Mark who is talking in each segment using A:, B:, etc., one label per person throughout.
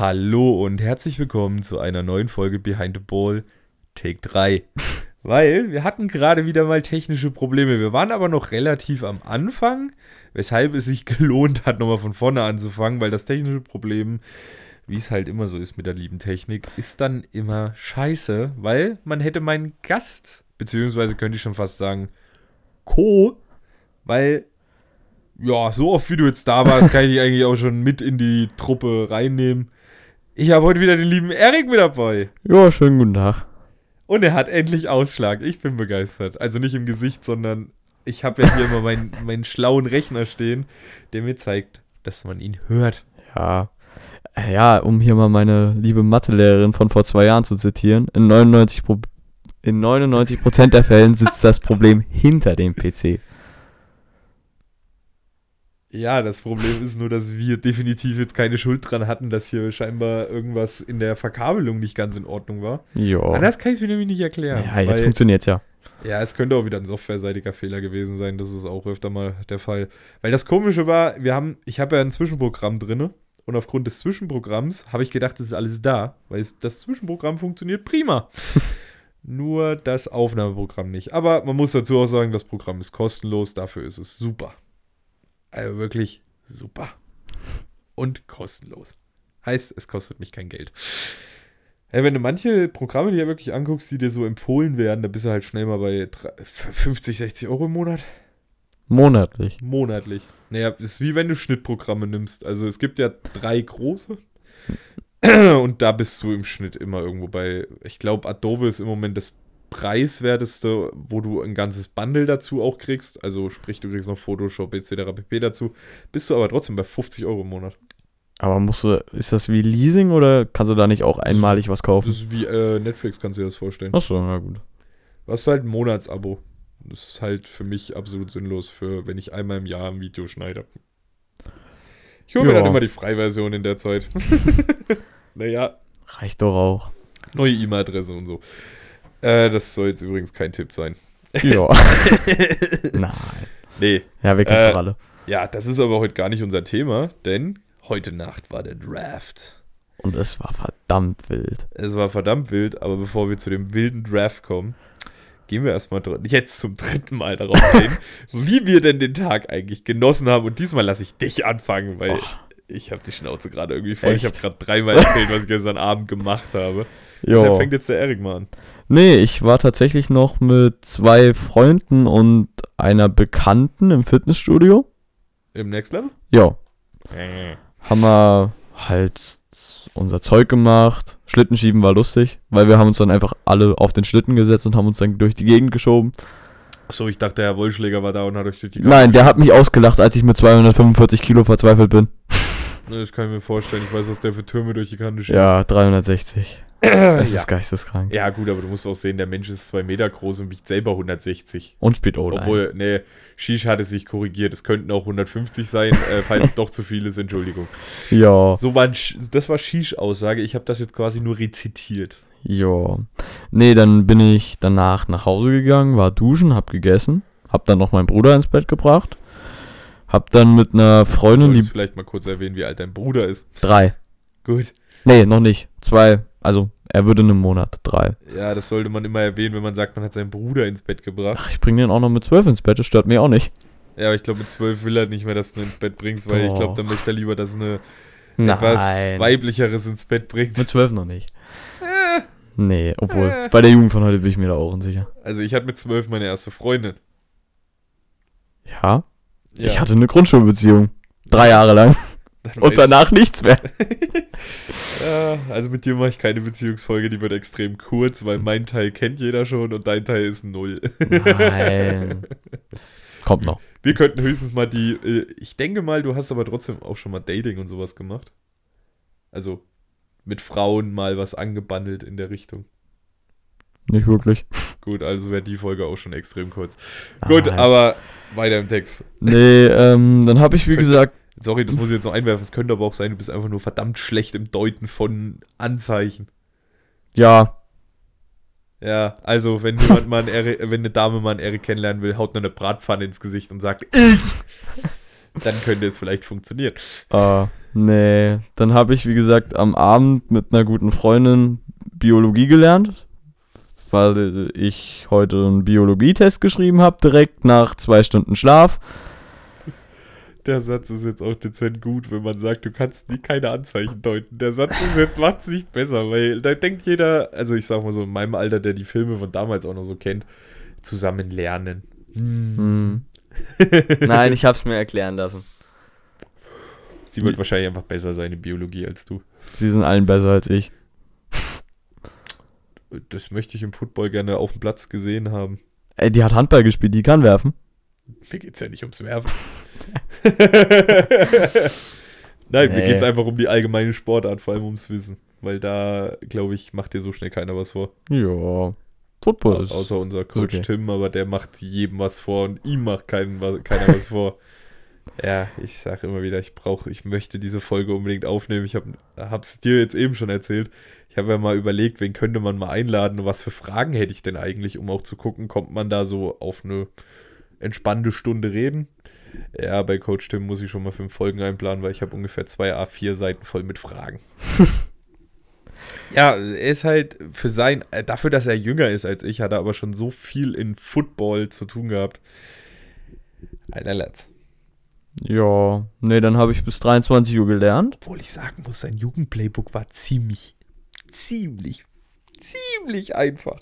A: Hallo und herzlich willkommen zu einer neuen Folge Behind the Ball Take 3. Weil wir hatten gerade wieder mal technische Probleme. Wir waren aber noch relativ am Anfang, weshalb es sich gelohnt hat, nochmal von vorne anzufangen, weil das technische Problem, wie es halt immer so ist mit der lieben Technik, ist dann immer scheiße, weil man hätte meinen Gast, beziehungsweise könnte ich schon fast sagen, Co, weil ja, so oft wie du jetzt da warst, kann ich dich eigentlich auch schon mit in die Truppe reinnehmen. Ich habe heute wieder den lieben Erik mit dabei.
B: Ja, schönen guten Tag.
A: Und er hat endlich Ausschlag. Ich bin begeistert. Also nicht im Gesicht, sondern ich habe ja hier immer meinen, meinen schlauen Rechner stehen, der mir zeigt, dass man ihn hört.
B: Ja. Äh, Ja, um hier mal meine liebe Mathelehrerin von vor zwei Jahren zu zitieren, in 99 Pro in 99% der Fällen sitzt das Problem hinter dem PC.
A: Ja, das Problem ist nur, dass wir definitiv jetzt keine Schuld dran hatten, dass hier scheinbar irgendwas in der Verkabelung nicht ganz in Ordnung war.
B: Ja.
A: Anders kann ich es mir nämlich nicht erklären.
B: Ja, jetzt
A: weil-
B: funktioniert's ja.
A: Ja, es könnte auch wieder ein softwareseitiger Fehler gewesen sein. Das ist auch öfter mal der Fall. Weil das Komische war, wir haben, ich habe ja ein Zwischenprogramm drin und aufgrund des Zwischenprogramms habe ich gedacht, es ist alles da, weil es, das Zwischenprogramm funktioniert prima. Nur das Aufnahmeprogramm nicht. Aber man muss dazu auch sagen, das Programm ist kostenlos, dafür ist es super. Also wirklich super. Und kostenlos. Heißt, es kostet mich kein Geld. Hey, wenn du manche Programme dir wirklich anguckst, die dir so empfohlen werden, da bist du halt schnell mal bei drei- f- 50, 60 Euro im Monat.
B: Monatlich.
A: Monatlich. Naja, ist wie wenn du Schnittprogramme nimmst. Also es gibt ja drei große. Und da bist du im Schnitt immer irgendwo bei. Ich glaube, Adobe ist im Moment das preiswerteste, wo du ein ganzes Bundle dazu auch kriegst. Also sprich, du kriegst noch Photoshop etc. pp. dazu. Bist du aber trotzdem bei 50 Euro im Monat.
B: Aber musst du, ist das wie Leasing oder kannst du da nicht auch einmalig was
A: Das
B: kaufen?
A: ist wie äh, Netflix, kannst du dir das vorstellen.
B: Achso, na gut.
A: Du hast halt ein Monatsabo. Das ist halt für mich absolut sinnlos, für wenn ich einmal im Jahr ein Video schneide. Ich hole mir
B: Ja.
A: dann immer die Freiversion in der Zeit. naja,
B: Reicht doch auch.
A: neue E-Mail-Adresse und so. Äh, das soll jetzt übrigens kein Tipp sein.
B: Ja. Nein.
A: Nee,
B: Ja, wir kennen
A: Äh,
B: doch alle.
A: ja, das ist aber heute gar nicht unser Thema, denn heute Nacht war der Draft.
B: Und es war verdammt wild.
A: Es war verdammt wild, aber bevor wir zu dem wilden Draft kommen, gehen wir erstmal dr- jetzt zum dritten Mal darauf ein, wie wir denn den Tag eigentlich genossen haben. Und diesmal lasse ich dich anfangen, weil
B: Oh.
A: ich habe die Schnauze gerade irgendwie voll. Ich habe
B: Echt?
A: gerade dreimal erzählt, was ich gestern Abend gemacht habe. Deshalb
B: Jo.
A: fängt jetzt der Erik mal an.
B: Nee, ich war tatsächlich noch mit zwei Freunden und einer Bekannten im Fitnessstudio.
A: Im Next Level?
B: Ja, haben wir halt s- unser Zeug gemacht. Schlittenschieben war lustig, weil wir haben uns dann einfach alle auf den Schlitten gesetzt und haben uns dann durch die Gegend geschoben.
A: Achso, ich dachte, Herr Wollschläger war da und hat euch durch die Karte.
B: Nein, der hat mich ausgelacht, als ich mit 245 Kilo verzweifelt bin.
A: Ne, Das kann ich mir vorstellen. Ich weiß, was der für Türme durch die Kante schiebt.
B: Ja, 360. Es
A: ja.
B: ist geisteskrank.
A: ja, gut, aber du musst auch sehen, der Mensch ist zwei Meter groß und wiegt selber 160.
B: Und spielt Ola.
A: Obwohl, nee, Shish hatte sich korrigiert. Es könnten auch 150 sein, äh, falls es doch zu viel ist, Entschuldigung.
B: Ja.
A: So war ein, Sch- das war Shish-Aussage. Ich habe das jetzt quasi nur rezitiert.
B: Ja. Nee, dann bin ich danach nach Hause gegangen, war duschen, hab gegessen, hab dann noch meinen Bruder ins Bett gebracht, hab dann mit einer
A: Du
B: Freundin,
A: solltest
B: die
A: vielleicht mal kurz erwähnen, wie alt dein Bruder ist.
B: drei.
A: Gut.
B: Nee, noch nicht. Zwei. Also, er würde in einem Monat drei.
A: Ja, das sollte man immer erwähnen, wenn man sagt, man hat seinen Bruder ins Bett gebracht.
B: Ach, ich bringe den auch noch mit zwölf ins Bett, das stört mir auch nicht.
A: Ja, aber ich glaube, mit zwölf will er nicht mehr, dass du ihn ins Bett bringst, weil ich glaube, dann möchte er lieber, dass eine etwas weiblicheres ins Bett
B: Mit
A: bringt.
B: zwölf noch nicht. Äh. Nee, obwohl, bei der Jugend von heute bin ich mir da auch unsicher.
A: Also ich hatte mit zwölf meine erste Freundin.
B: Ja,
A: Ja,
B: ich hatte eine Grundschulbeziehung. Drei Jahre lang.
A: dann weiß-
B: Und danach nichts mehr.
A: Ja, also mit dir mache ich keine Beziehungsfolge, die wird extrem kurz, weil mein Teil kennt jeder schon und dein Teil ist null.
B: Nein. Kommt noch.
A: Wir könnten höchstens mal die, äh, ich denke mal, du hast aber trotzdem auch schon mal Dating und sowas gemacht. Also mit Frauen mal was angebandelt in der Richtung.
B: Nicht wirklich.
A: Gut, also wäre die Folge auch schon extrem kurz. Gut,
B: Nein.
A: aber weiter im Text.
B: Nee, ähm, dann habe ich, wie
A: Könnte-
B: gesagt,
A: Sorry, das muss ich jetzt noch einwerfen. Es könnte aber auch sein, du bist einfach nur verdammt schlecht im Deuten von Anzeichen.
B: ja,
A: Ja, also wenn jemand mal einen Eric, wenn eine Dame mal einen Eric kennenlernen will, haut nur eine Bratpfanne ins Gesicht und sagt, ich. Dann könnte es vielleicht funktionieren.
B: Ah, nee. Dann habe ich, wie gesagt, am Abend mit einer guten Freundin Biologie gelernt, weil ich heute einen Biologietest geschrieben habe, direkt nach zwei Stunden Schlaf.
A: Der Satz ist jetzt auch dezent gut, wenn man sagt, du kannst nie keine Anzeichen deuten. Der Satz ist jetzt, macht es nicht besser, weil da denkt jeder, also ich sag mal so, in meinem Alter, der die Filme von damals auch noch so kennt, zusammen lernen.
B: Hm. Nein, ich habe es mir erklären lassen.
A: Sie wird wahrscheinlich einfach besser sein in Biologie als du.
B: Sie sind allen besser als ich.
A: Das möchte ich im Football gerne auf dem Platz gesehen haben.
B: Ey, die hat Handball gespielt, die kann werfen.
A: Mir geht's ja nicht ums Werfen. Nein, mir
B: Nee.
A: geht's einfach um die allgemeine Sportart, vor allem ums Wissen. Weil da, glaube ich, macht dir so schnell keiner was vor.
B: Ja. also. Football ist.
A: Außer unser Coach
B: okay.
A: Tim, aber der macht jedem was vor und ihm macht keinem, wa- keiner was vor. Ja, ich sag immer wieder, ich brauche, ich möchte diese Folge unbedingt aufnehmen. Ich hab, hab's dir jetzt eben schon erzählt. Ich habe ja mal überlegt, wen könnte man mal einladen und was für Fragen hätte ich denn eigentlich, um auch zu gucken, kommt man da so auf eine entspannende Stunde reden. Ja, bei Coach Tim muss ich schon mal fünf Folgen einplanen, weil ich habe ungefähr zwei A4 Seiten voll mit Fragen. ja, er ist halt für sein, äh, dafür, dass er jünger ist als ich, hat er aber schon so viel in Football zu tun gehabt. Alter Latz.
B: Ja. Nee, dann habe ich bis 23 Uhr gelernt.
A: Obwohl ich sagen muss, sein Jugendplaybook war ziemlich, ziemlich, ziemlich einfach.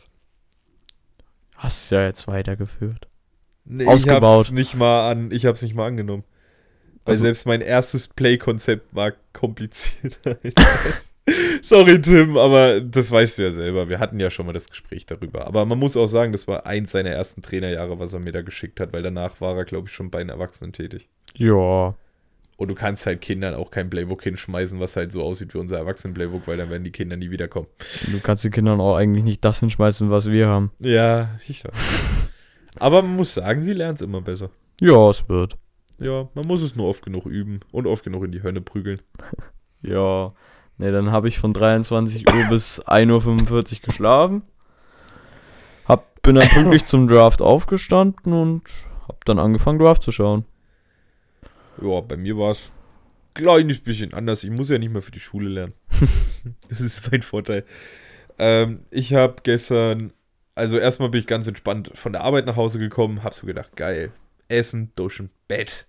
B: Hast ja jetzt weitergeführt.
A: Nee,
B: Ausgebaut.
A: Ich hab's nicht mal an, ich hab's nicht mal angenommen. Weil
B: Also-
A: selbst mein erstes Play-Konzept war komplizierter. als das. Sorry, Tim, aber das weißt du ja selber. Wir hatten ja schon mal das Gespräch darüber. Aber man muss auch sagen, das war eins seiner ersten Trainerjahre, was er mir da geschickt hat, weil danach war er, glaube ich, schon bei den Erwachsenen tätig.
B: Ja.
A: Und du kannst halt Kindern auch kein Playbook hinschmeißen, was halt so aussieht wie unser Erwachsenen-Playbook, weil dann werden die Kinder nie wiederkommen.
B: Du kannst den Kindern auch eigentlich nicht das hinschmeißen, was wir haben.
A: Ja, ich weiß. aber man muss sagen, sie lernen es immer besser.
B: Ja, es wird.
A: Ja, man muss es nur oft genug üben und oft genug in die Hörner prügeln.
B: Ja. Nee, dann habe ich von 23 Uhr bis 1.45 Uhr geschlafen. Hab, bin dann pünktlich zum Draft aufgestanden und hab dann angefangen, Draft zu schauen.
A: Ja, bei mir war es kleines bisschen anders. Ich muss ja nicht mehr für die Schule lernen. das ist mein Vorteil. Ähm, ich habe gestern, also erstmal bin ich ganz entspannt von der Arbeit nach Hause gekommen, habe so gedacht, geil, Essen, Duschen, Bett,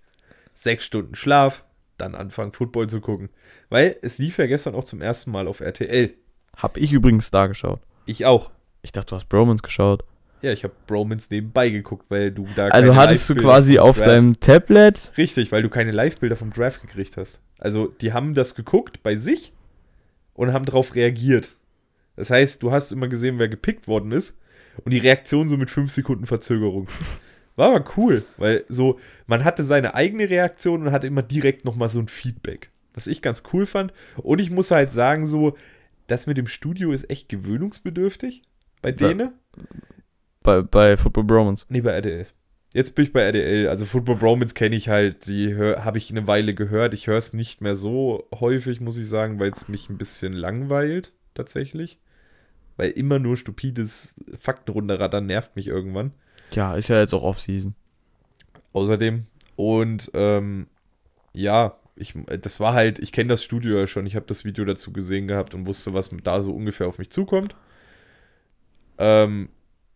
A: sechs Stunden Schlaf, dann anfangen Football zu gucken, weil es lief ja gestern auch zum ersten Mal auf RTL.
B: Hab ich übrigens da geschaut.
A: Ich auch.
B: Ich dachte, du hast Bromans geschaut.
A: Ja, ich habe Bromans nebenbei geguckt, weil du da
B: Also
A: keine
B: hattest du
A: Live-Bilder
B: quasi
A: vom
B: auf
A: Draft-
B: deinem Tablet.
A: Richtig, weil du keine Live-Bilder vom Draft gekriegt hast. Also, die haben das geguckt bei sich und haben darauf reagiert. Das heißt, du hast immer gesehen, wer gepickt worden ist und die Reaktion so mit 5 Sekunden Verzögerung. War aber cool, weil so, man hatte seine eigene Reaktion und hatte immer direkt nochmal so ein Feedback. Was ich ganz cool fand. Und ich muss halt sagen, so, das mit dem Studio ist echt gewöhnungsbedürftig bei
B: Ja.
A: denen.
B: Bei, bei Football Bromans.
A: Nee, bei RTL. Jetzt bin ich bei RTL. Also Football Bromance kenne ich halt. Die habe ich eine Weile gehört. Ich höre es nicht mehr so häufig, muss ich sagen, weil es mich ein bisschen langweilt, tatsächlich. Weil immer nur stupides Faktenrunderraddern nervt mich irgendwann.
B: Ja, ist ja jetzt auch Off-Season.
A: Außerdem. Und ähm, ja, ich, das war halt, ich kenne das Studio ja schon. Ich habe das Video dazu gesehen gehabt und wusste, was da so ungefähr auf mich zukommt. Ähm,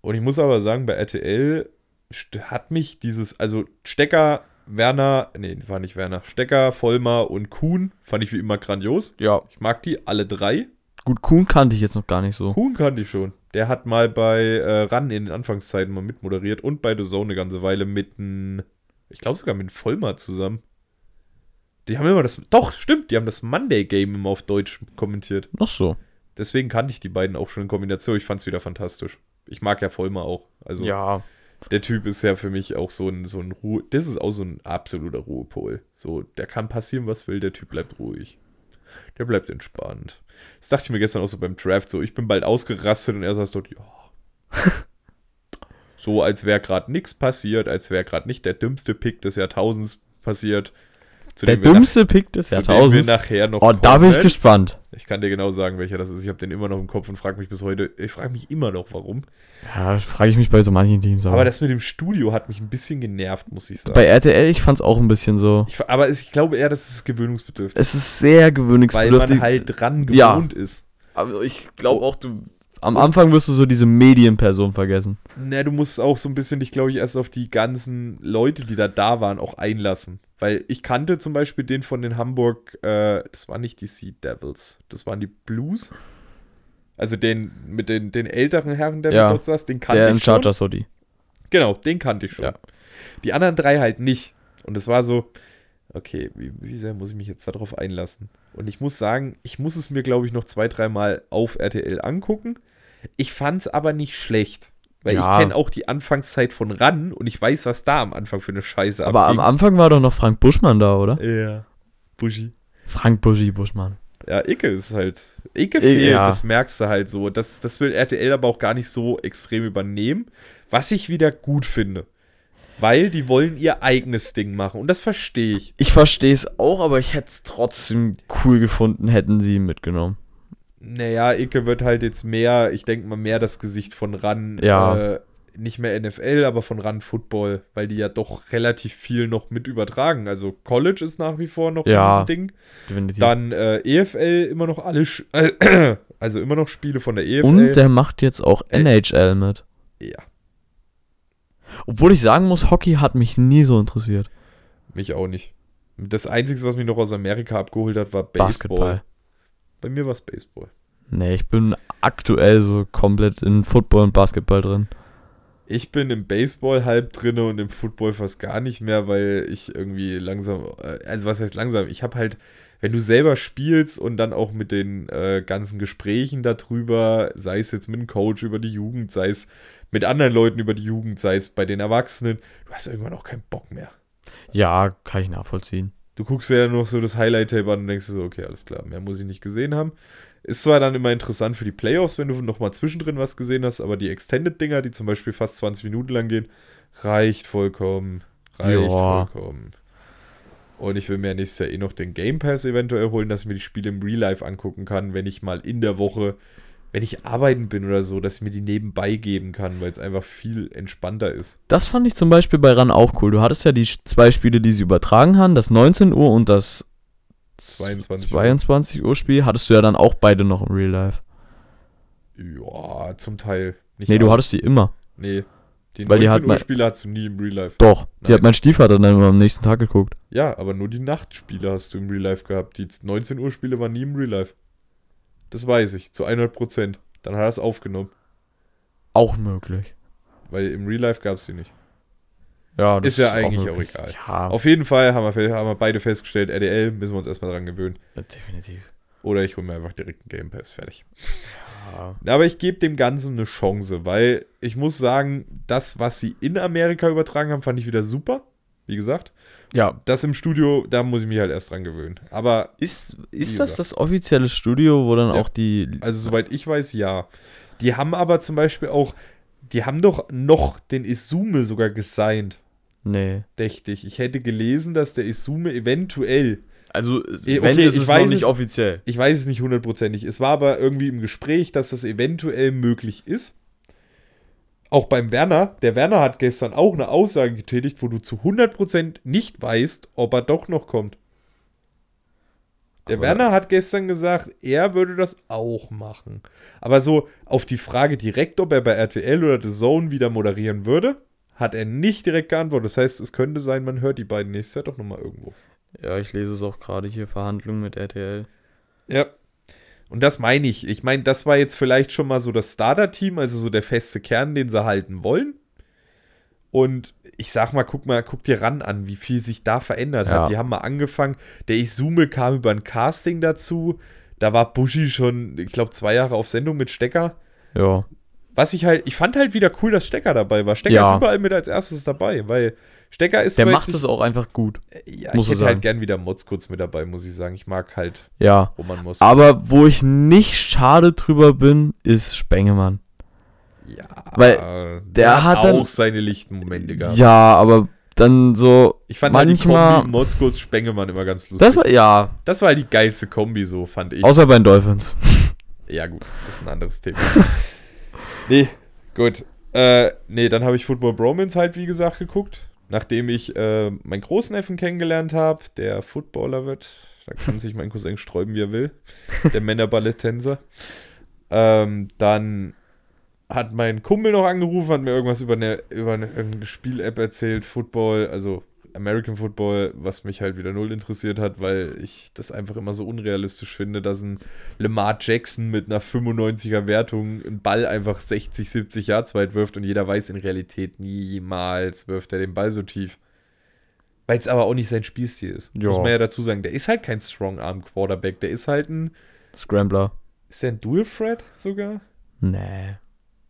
A: und ich muss aber sagen, bei RTL st- hat mich dieses, also Stecker, Werner, nee, war nicht Werner, Stecker, Vollmer und Kuhn fand ich wie immer grandios.
B: Ja.
A: Ich mag die alle drei.
B: Gut, Kuhn kannte ich jetzt noch gar nicht so.
A: Kuhn kannte ich schon. Der hat mal bei äh, Ran in den Anfangszeiten mal mitmoderiert und bei The Zone eine ganze Weile mit n- ich glaube sogar mit n Vollmer zusammen. Die haben immer das, doch, stimmt, die haben das Monday Game immer auf Deutsch kommentiert.
B: Noch so.
A: Deswegen kannte ich die beiden auch schon in Kombination. Ich fand's wieder fantastisch. Ich mag ja Vollmer auch. Also
B: Ja.
A: der Typ ist ja für mich auch so ein, so ein Ruhe, das ist auch so ein absoluter Ruhepol. So, der kann passieren, was will, der Typ bleibt ruhig. Der bleibt entspannt. Das dachte ich mir gestern auch so beim Draft, so, ich bin bald ausgerastet und er saß dort, ja. so, als wäre gerade nichts passiert, als wäre gerade nicht der dümmste Pick des Jahrtausends passiert. Zu
B: Der
A: dem wir nach-
B: dümmste Pick des
A: zu dem wir
B: Jahrtausends.
A: nachher noch
B: Oh, da bin ich
A: kommen.
B: gespannt.
A: Ich kann dir genau sagen, welcher das ist. Ich habe den immer noch im Kopf und frage mich bis heute, ich frage mich immer noch, warum.
B: Ja, frage ich mich bei so manchen Teams auch.
A: Aber das mit dem Studio hat mich ein bisschen genervt, muss ich sagen.
B: bei RTL, ich fand's auch ein bisschen so.
A: Ich, aber es- ich glaube eher, das ist gewöhnungsbedürftig,
B: Es ist sehr
A: weil man
B: gewöhnungsbedürftig.
A: halt Oh. dran
B: Ja.
A: gewohnt ist.
B: aber ich glaube auch, du. Am Anfang wirst du so diese Medienperson vergessen.
A: Na, du musst auch so ein bisschen dich, glaube ich, erst auf die ganzen Leute, die da da waren, auch einlassen. Weil ich kannte zum Beispiel den von den Hamburg, äh, das waren nicht die Sea Devils, das waren die Blues. Also den mit den, den älteren Herren, der
B: Ja.
A: dort saß, den kannte
B: Der in
A: ich schon.
B: Charger Sodi.
A: Genau, den kannte ich schon.
B: Ja.
A: Die anderen drei halt nicht. Und es war so, okay, wie, wie sehr muss ich mich jetzt darauf einlassen? Und ich muss sagen, ich muss es mir, glaube ich, noch zwei, dreimal auf RTL angucken. Ich fand es aber nicht schlecht. Weil
B: Ja.
A: ich kenne auch die Anfangszeit von RAN und ich weiß, was da am Anfang für eine Scheiße
B: Aber am Anfang war doch noch Frank Buschmann da, oder?
A: Ja, Buschi.
B: Frank Buschi Buschmann.
A: Ja, Icke ist halt. Icke
B: I-
A: fehlt,
B: ja.
A: das merkst du halt so. Das, das will RTL aber auch gar nicht so extrem übernehmen. Was ich wieder gut finde. Weil die wollen ihr eigenes Ding machen. Und das verstehe ich.
B: Ich verstehe es auch, aber ich hätte es trotzdem cool gefunden, hätten sie ihn mitgenommen.
A: Naja, Icke wird halt jetzt mehr, ich denke mal, mehr das Gesicht von RAN.
B: Ja.
A: Äh, nicht mehr NFL, aber von RAN Football. Weil die ja doch relativ viel noch mit übertragen. Also College ist nach wie vor noch
B: Ja.
A: ein Ding.
B: Definitiv.
A: Dann äh, EFL immer noch alle. Sch äh, also immer noch Spiele von der EFL.
B: Und der macht jetzt auch
A: Äh.
B: NHL mit.
A: ja.
B: Obwohl ich sagen muss, Hockey hat mich nie so interessiert.
A: Mich auch nicht. Das Einzige, was mich noch aus Amerika abgeholt hat, war Baseball.
B: Basketball.
A: Bei mir war es Baseball.
B: Nee, ich bin aktuell so komplett in Football und Basketball drin.
A: Ich bin im Baseball halb drinne und im Football fast gar nicht mehr, weil ich irgendwie langsam, äh, also was heißt langsam? Ich habe halt, wenn du selber spielst und dann auch mit den äh, ganzen Gesprächen darüber, sei es jetzt mit dem Coach über die Jugend, sei es mit anderen Leuten über die Jugend, sei es bei den Erwachsenen, du hast irgendwann auch keinen Bock mehr.
B: Ja, kann ich nachvollziehen.
A: Du guckst dir ja nur noch so das Highlight-Tape an und denkst dir so, okay, alles klar, mehr muss ich nicht gesehen haben. Ist zwar dann immer interessant für die Playoffs, wenn du nochmal zwischendrin was gesehen hast, aber die Extended-Dinger, die zum Beispiel fast 20 Minuten lang gehen, reicht vollkommen. Reicht
B: Joa.
A: vollkommen. Und ich will mir nächstes Jahr eh noch den Game Pass eventuell holen, dass ich mir die Spiele im Real Life angucken kann, wenn ich mal in der Woche, wenn ich arbeiten bin oder so, dass ich mir die nebenbei geben kann, weil es einfach viel entspannter ist.
B: Das fand ich zum Beispiel bei RAN auch cool. Du hattest ja die sch- zwei Spiele, die sie übertragen haben, das 19 Uhr und das
A: 22 Uhr.
B: 22 Uhr Spiel, hattest du ja dann auch beide noch im Real Life.
A: Ja, zum Teil. Nicht
B: Nee, du
A: alle.
B: hattest die immer.
A: Nee. Die
B: Weil die
A: 19
B: hat man-
A: Uhr Spiele hast du nie im Real Life.
B: Doch, die
A: Nein.
B: hat mein Stiefvater dann immer am nächsten Tag geguckt.
A: Ja, aber nur die Nachtspiele hast du im Real Life gehabt. Die 19 Uhr Spiele waren nie im Real Life. Das weiß ich, zu 100 Prozent. Dann hat er es aufgenommen,
B: Auch möglich.
A: weil im Real Life gab es die nicht.
B: Ja,
A: Ist ja eigentlich auch
B: möglich.
A: egal.
B: Ja,
A: Auf jeden Fall haben wir, fe- haben wir beide festgestellt, RDL müssen wir uns erstmal dran gewöhnen.
B: äh, definitiv.
A: Oder ich hole mir einfach direkt einen Game Pass, fertig. Aber ich gebe dem Ganzen eine Chance, weil ich muss sagen, das, was sie in Amerika übertragen haben, fand ich wieder super. Wie gesagt,
B: Ja,
A: das im Studio, da muss ich mich halt erst dran gewöhnen. Aber
B: ist,
A: Wie
B: ist das
A: gesagt.
B: das offizielle Studio, wo dann
A: Ja.
B: auch die.
A: Also, soweit ich weiß, ja. Die haben aber zum Beispiel auch, die haben doch noch den Isume sogar gesigned,
B: Nee.
A: dächte ich. Ich hätte gelesen, dass der Isume eventuell,
B: Also,
A: wenn, okay, ist ich es noch weiß nicht es-
B: offiziell.
A: ich weiß es nicht hundertprozentig, es war aber irgendwie im Gespräch, dass das eventuell möglich ist. Auch beim Werner, der Werner hat gestern auch eine Aussage getätigt, wo du zu 100% nicht weißt, ob er doch noch kommt. Der
B: Aber-
A: Werner hat gestern gesagt, er würde das auch machen. Aber so auf die Frage direkt, ob er bei RTL oder The Zone wieder moderieren würde, hat er nicht direkt geantwortet. Das heißt, es könnte sein, man hört die beiden nächstes Jahr doch nochmal irgendwo.
B: Ja, ich lese es auch gerade hier: Verhandlungen mit RTL.
A: Ja. Und das meine ich. Ich meine, das war jetzt vielleicht schon mal so das Starter-Team, also so der feste Kern, den sie halten wollen. Und ich sag mal, guck mal, guck dir ran an, wie viel sich da verändert
B: Ja.
A: hat. Die haben mal angefangen, der Isume kam über ein Casting dazu. Da war Buschi schon, ich glaube, zwei Jahre auf Sendung mit Stecker.
B: Ja.
A: Was ich halt, ich fand halt wieder cool, dass Stecker dabei war. Stecker
B: Ja.
A: ist überall mit als erstes dabei, weil Stecker ist
B: Der
A: zwar
B: macht
A: jetzt
B: es auch einfach gut.
A: nicht- Ja,
B: muss
A: ich
B: er
A: hätte halt
B: sagen.
A: gern wieder Mods kurz mit dabei, muss ich sagen. Ich mag halt
B: Ja.
A: Roman Mods.
B: Aber wo ich nicht schade drüber bin, ist Spengemann.
A: Ja,
B: Weil der hat dann-
A: auch seine lichten Momente gehabt.
B: Ja, aber dann so,
A: Ich fand
B: Manchmal-
A: halt die Kombi Motzkos Spengemann immer ganz lustig.
B: das war, ja,
A: das war halt die geilste Kombi, so fand ich.
B: außer bei den Dolphins.
A: ja, gut, das ist ein anderes Thema. nee, gut. Äh, nee, dann habe ich Football Bromance halt, wie gesagt, geguckt. Nachdem ich äh, meinen Großneffen kennengelernt habe, der Footballer wird. Da kann sich mein Cousin sträuben, wie er will. Der Männerballetttänzer. Ähm, dann hat mein Kumpel noch angerufen, hat mir irgendwas über eine, über eine irgendeine Spiel-App erzählt, Football, also American Football, was mich halt wieder null interessiert hat, weil ich das einfach immer so unrealistisch finde, dass ein Lamar Jackson mit einer 95er Wertung einen Ball einfach 60, 70 Yards weit wirft und jeder weiß in Realität niemals wirft er den Ball so tief. Weil es aber auch nicht sein Spielstil ist.
B: Ja.
A: Muss man ja dazu sagen, der ist halt kein Strong-Arm-Quarterback, der ist halt ein.
B: Scrambler.
A: Ist der ein Dual-Threat sogar?
B: Nee.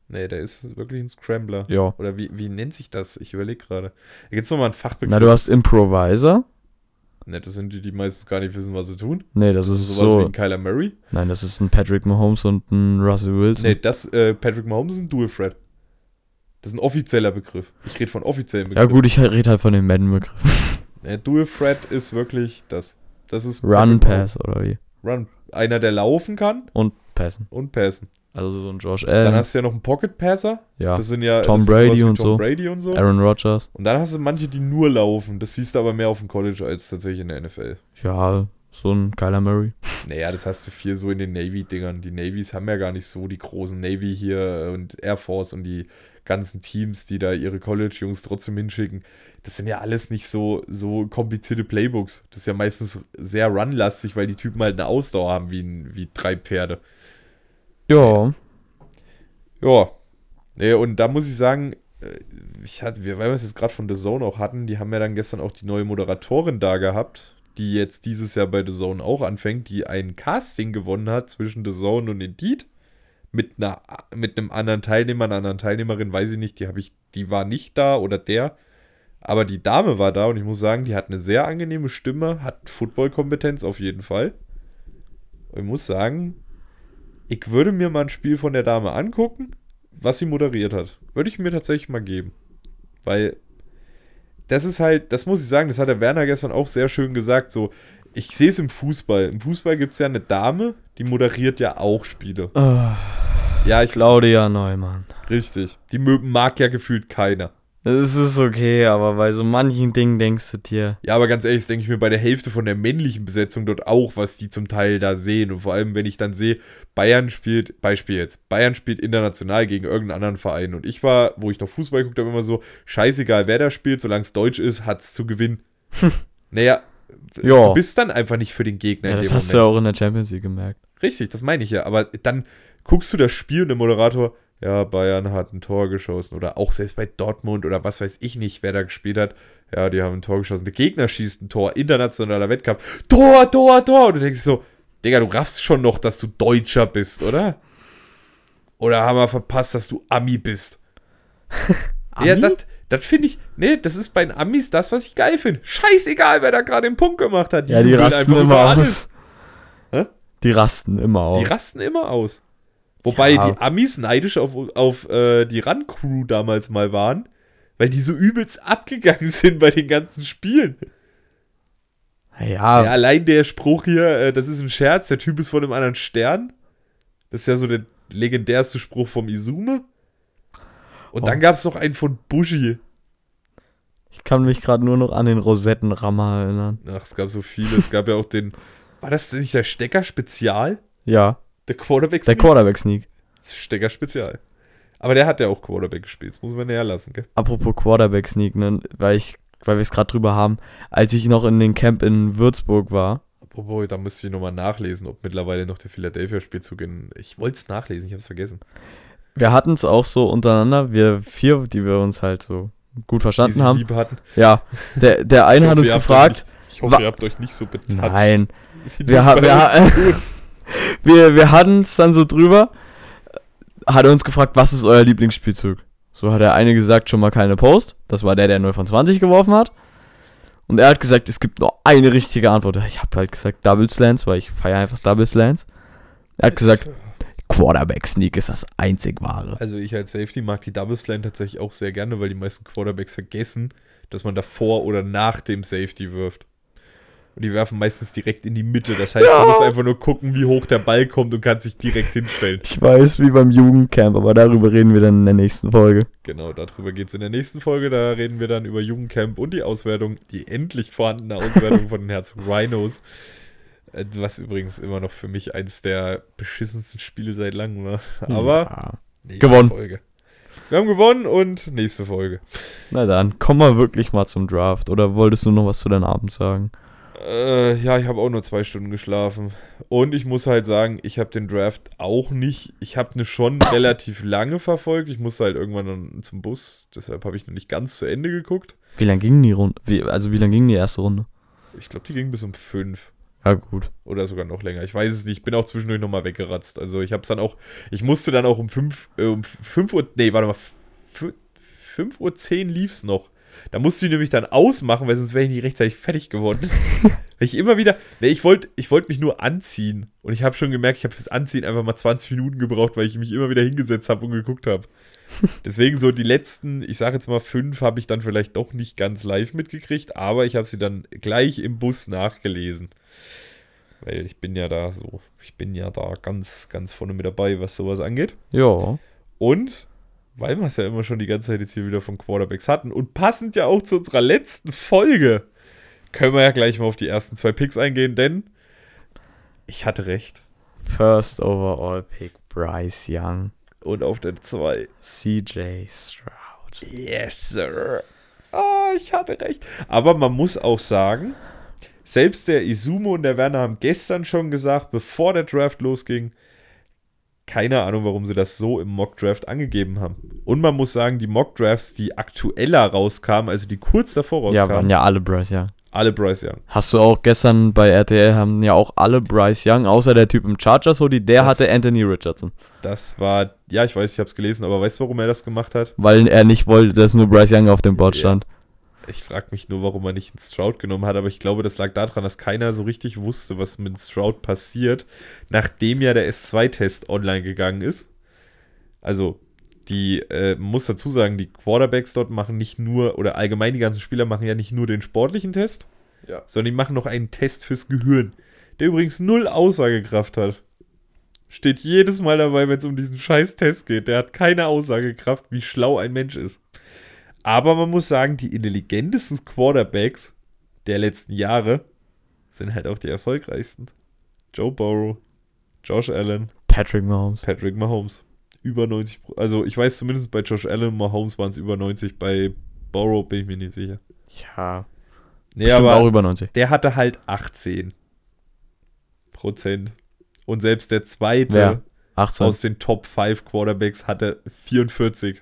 A: Nee, der ist wirklich ein Scrambler.
B: Ja.
A: Oder wie, wie nennt sich das? Ich überlege gerade. Da gibt es nochmal einen Fachbegriff.
B: Na, du hast Improviser?
A: ne, das sind die, die meistens gar nicht wissen, was sie tun.
B: Nee, das ist
A: Sowas wie
B: so.
A: ein Kyler Murray.
B: Nein, das ist ein Patrick Mahomes und ein Russell Wilson.
A: Nee, das, äh, Patrick Mahomes ist ein Dual Threat. Das ist ein offizieller Begriff. Ich rede von offiziellen
B: ja,
A: Begriffen.
B: gut, ich rede halt von den Madden-Begriffen.
A: Ne, Dual Threat ist wirklich das. Das ist
B: Run,
A: Patrick Mahomes.
B: Pass oder wie?
A: Run. Einer, der laufen kann
B: Und passen.
A: und passen.
B: Also so ein Josh
A: Dann
B: Allen.
A: hast du ja noch einen Pocket Passer.
B: Ja.
A: Das sind ja das ist
B: Tom
A: sowas
B: Brady
A: wie
B: und
A: Tom
B: so.
A: Brady und so.
B: Aaron Rodgers.
A: Und dann hast du manche, die nur laufen. Das siehst du aber mehr auf dem College als tatsächlich in der NFL.
B: Ja, so ein Kyler Murray.
A: Naja, das hast du viel so in den Navy-Dingern. Die Navys haben ja gar nicht so die großen Navy hier und Air Force und die ganzen Teams, die da ihre College-Jungs trotzdem hinschicken. Das sind ja alles nicht so, so komplizierte Playbooks. Das ist ja meistens sehr runlastig, weil die Typen halt eine Ausdauer haben wie, ein, wie drei Pferde.
B: Ja.
A: Ja. Nee, und da muss ich sagen, äh, ich hatte, wir, weil wir es jetzt gerade von The Zone auch hatten, die haben ja dann gestern auch die neue Moderatorin da gehabt, die jetzt dieses Jahr bei The Zone auch anfängt, die ein Casting gewonnen hat zwischen The Zone und Indeed. Mit, einer, mit einem anderen Teilnehmer, einer anderen Teilnehmerin, weiß ich nicht, die habe ich, die war nicht da oder der. Aber die Dame war da und ich muss sagen, die hat eine sehr angenehme Stimme, hat Football-Kompetenz auf jeden Fall. Und ich muss sagen, ich würde mir mal ein Spiel von der Dame angucken, was sie moderiert hat. Würde ich mir tatsächlich mal geben. Weil das ist halt, das muss ich sagen, das hat der Werner gestern auch sehr schön gesagt. So, ich sehe es im Fußball. Im Fußball gibt es ja eine Dame, die moderiert ja auch Spiele.
B: Ah,
A: Ja, ich glaube,
B: Claudia Neumann.
A: richtig. Die mö- mag ja gefühlt keiner.
B: Es ist okay, aber bei so manchen Dingen denkst du dir.
A: Ja, aber ganz ehrlich, das denke ich mir bei der Hälfte von der männlichen Besetzung dort auch, was die zum Teil da sehen. Und vor allem, wenn ich dann sehe, Bayern spielt, Beispiel jetzt, Bayern spielt international gegen irgendeinen anderen Verein. Und ich war, wo ich noch Fußball geguckt habe, immer so, scheißegal, wer da spielt, solange es deutsch ist, hat es zu gewinnen. naja,
B: Ja.
A: du bist dann einfach nicht für den Gegner.
B: Ja,
A: in
B: das
A: dem
B: hast du ja auch in der Champions League gemerkt.
A: Richtig, das meine ich ja. Aber dann guckst du das Spiel und der Moderator, ja, Bayern hat ein Tor geschossen. Oder auch selbst bei Dortmund oder was weiß ich nicht, wer da gespielt hat. Ja, die haben ein Tor geschossen. Der Gegner schießt ein Tor, internationaler Wettkampf. Tor, Tor, Tor. Und du denkst so, Digga, du raffst schon noch, dass du Deutscher bist, oder? Oder haben wir verpasst, dass du Ami bist? Ja,
B: Ami?
A: das das finde ich, nee, das ist bei den Amis das, was ich geil finde. Scheißegal, wer da gerade den Punkt gemacht hat.
B: Ja, die
A: jubeln
B: rasten
A: einfach über
B: immer
A: alles.
B: aus.
A: Hä?
B: Die rasten immer aus.
A: Die rasten immer aus. Wobei
B: Ja.
A: die Amis neidisch auf, auf äh, die Run-Crew damals mal waren, weil die so übelst abgegangen sind bei den ganzen Spielen.
B: ja,
A: Ja, allein der Spruch hier, äh, das ist ein Scherz, der Typ ist von einem anderen Stern. Das ist ja so der legendärste Spruch vom Izume. Und
B: Oh.
A: dann gab es noch einen von Bushi.
B: ich kann mich gerade nur noch an den Rosettenrammer erinnern.
A: Ach, es gab so viele. es gab ja auch den. War das nicht der Stecker-Spezial?
B: Ja,
A: Der quarterback
B: der Quarterback-Sneak.
A: Stecker-Spezial. Aber der hat ja auch Quarterback gespielt. Das muss man näher lassen, gell?
B: Apropos Quarterback Sneak, ne? weil ich, weil wir es gerade drüber haben, als ich noch in dem Camp in Würzburg war,
A: Obwohl, da müsste ich nochmal nachlesen, ob mittlerweile noch der Philadelphia-Spielzug in. Ich wollte es nachlesen, ich habe es vergessen.
B: wir hatten es auch so untereinander, wir vier, die wir uns halt so gut
A: Die
B: verstanden
A: sie
B: haben.
A: lieb hatten.
B: Ja, der, der eine
A: Ich
B: hat
A: hoffe,
B: uns
A: ihr habt euch
B: gefragt.
A: nicht- Ich hoffe,
B: wa-
A: ihr habt euch nicht so betatscht.
B: Nein,
A: wie
B: wir
A: das
B: ha-
A: bei
B: wir ha-
A: uns tutst.
B: wir, wir hatten es dann so drüber, hat er uns gefragt, was ist euer Lieblingsspielzug? So hat der eine gesagt, schon mal keine Post. Das war der, der 0 von 20 geworfen hat. Und er hat gesagt, es gibt nur eine richtige Antwort. Ich habe halt gesagt Double Slants, weil ich feiere einfach Double Slants. Er hat gesagt, Quarterback Sneak ist das einzig wahre.
A: Also, ich als Safety mag die Double Slam tatsächlich auch sehr gerne, weil die meisten Quarterbacks vergessen, dass man davor oder nach dem Safety wirft. Und die werfen meistens direkt in die Mitte. Das heißt,
B: Ja.
A: du musst einfach nur gucken, wie hoch der Ball kommt und kannst dich direkt hinstellen.
B: Ich weiß, wie beim Jugendcamp, aber darüber reden wir dann in der nächsten Folge.
A: Genau, darüber geht es in der nächsten Folge. Da reden wir dann über Jugendcamp und die Auswertung, die endlich vorhandene Auswertung von den Herzog Rhinos. Äh, Was übrigens immer noch für mich eins der beschissensten Spiele seit langem war. Aber
B: Ja.
A: nächste
B: Hm. Gewonnen.
A: Folge. Wir haben gewonnen und nächste Folge.
B: Na dann, komm mal wirklich mal zum Draft. Oder wolltest du noch was zu deinem Abend sagen?
A: Äh, ja, ich habe auch nur zwei Stunden geschlafen. Und ich muss halt sagen, ich habe den Draft auch nicht. Ich habe ne schon relativ lange verfolgt. Ich musste halt irgendwann dann zum Bus. Deshalb habe ich noch nicht ganz zu Ende geguckt.
B: Wie lang ging die Runde? Wie, also wie lang ging die erste Runde?
A: Ich glaube, die ging bis um fünf
B: Ja gut.
A: oder sogar noch länger. Ich weiß es nicht. Ich bin auch zwischendurch nochmal weggeratzt. Also ich habe es dann auch. Ich musste dann auch um fünf, äh, um fünf Uhr. Nee, warte mal. fü- Fünf Uhr zehn lief's noch. Da musste ich nämlich dann ausmachen, weil sonst wäre ich nicht rechtzeitig fertig geworden. Weil ich immer wieder, nee, ich wollte ich wollt mich nur anziehen. Und ich habe schon gemerkt, ich habe fürs Anziehen einfach mal 20 Minuten gebraucht, weil ich mich immer wieder hingesetzt habe und geguckt habe. Deswegen so die letzten, ich sage jetzt mal fünf, habe ich dann vielleicht doch nicht ganz live mitgekriegt, aber ich habe sie dann gleich im Bus nachgelesen. Weil ich bin ja da so, ich bin ja da ganz, ganz vorne mit dabei, was sowas angeht.
B: Ja.
A: Und weil wir es ja immer schon die ganze Zeit jetzt hier wieder von Quarterbacks hatten und passend ja auch zu unserer letzten Folge, können wir ja gleich mal auf die ersten zwei Picks eingehen, denn ich hatte recht.
B: First overall pick Bryce Young,
A: Und auf der 2.
B: CJ Stroud.
A: Yes, sir. Ah, ich hatte recht. Aber man muss auch sagen, selbst der Izumo und der Werner haben gestern schon gesagt, bevor der Draft losging, keine Ahnung, warum sie das so im Mock-Draft angegeben haben. Und man muss sagen, die Mock-Drafts, die aktueller rauskamen, also die kurz davor
B: Ja,
A: rauskamen,
B: waren ja alle Bryce Young.
A: alle Bryce Young.
B: Hast du auch gestern bei RTL haben ja auch alle Bryce Young, außer der Typ im Chargers Hoodie, der
A: Das-
B: hatte Anthony Richardson.
A: Das war, ja, ich weiß, ich habe es gelesen, aber weißt du, warum er das gemacht hat?
B: Weil er nicht wollte, dass nur Bryce Young auf dem Board
A: Ja.
B: stand.
A: Ich frage mich nur, warum er nicht einen Stroud genommen hat, aber ich glaube, das lag daran, dass keiner so richtig wusste, was mit Stroud passiert, nachdem ja der S2-Test online gegangen ist. Also, die, äh, man muss dazu sagen, die Quarterbacks dort machen nicht nur, oder allgemein die ganzen Spieler machen ja nicht nur den sportlichen Test,
B: Ja.
A: sondern die machen noch einen Test fürs Gehirn, der übrigens null Aussagekraft hat. Steht jedes Mal dabei, wenn es um diesen scheiß Test geht. Der hat keine Aussagekraft, wie schlau ein Mensch ist. Aber man muss sagen, die intelligentesten Quarterbacks der letzten Jahre sind halt auch die erfolgreichsten. Joe Burrow, Josh Allen,
B: Patrick Mahomes.
A: Patrick Mahomes. Über 90, Pro- also ich weiß zumindest bei Josh Allen, Mahomes waren es über 90, bei Burrow bin ich mir nicht sicher.
B: Ja.
A: Nee,
B: Bestimmt auch über 90.
A: der hatte halt 18 Prozent. Und selbst der zweite
B: Wer? 18.
A: aus den Top 5 Quarterbacks hatte 44.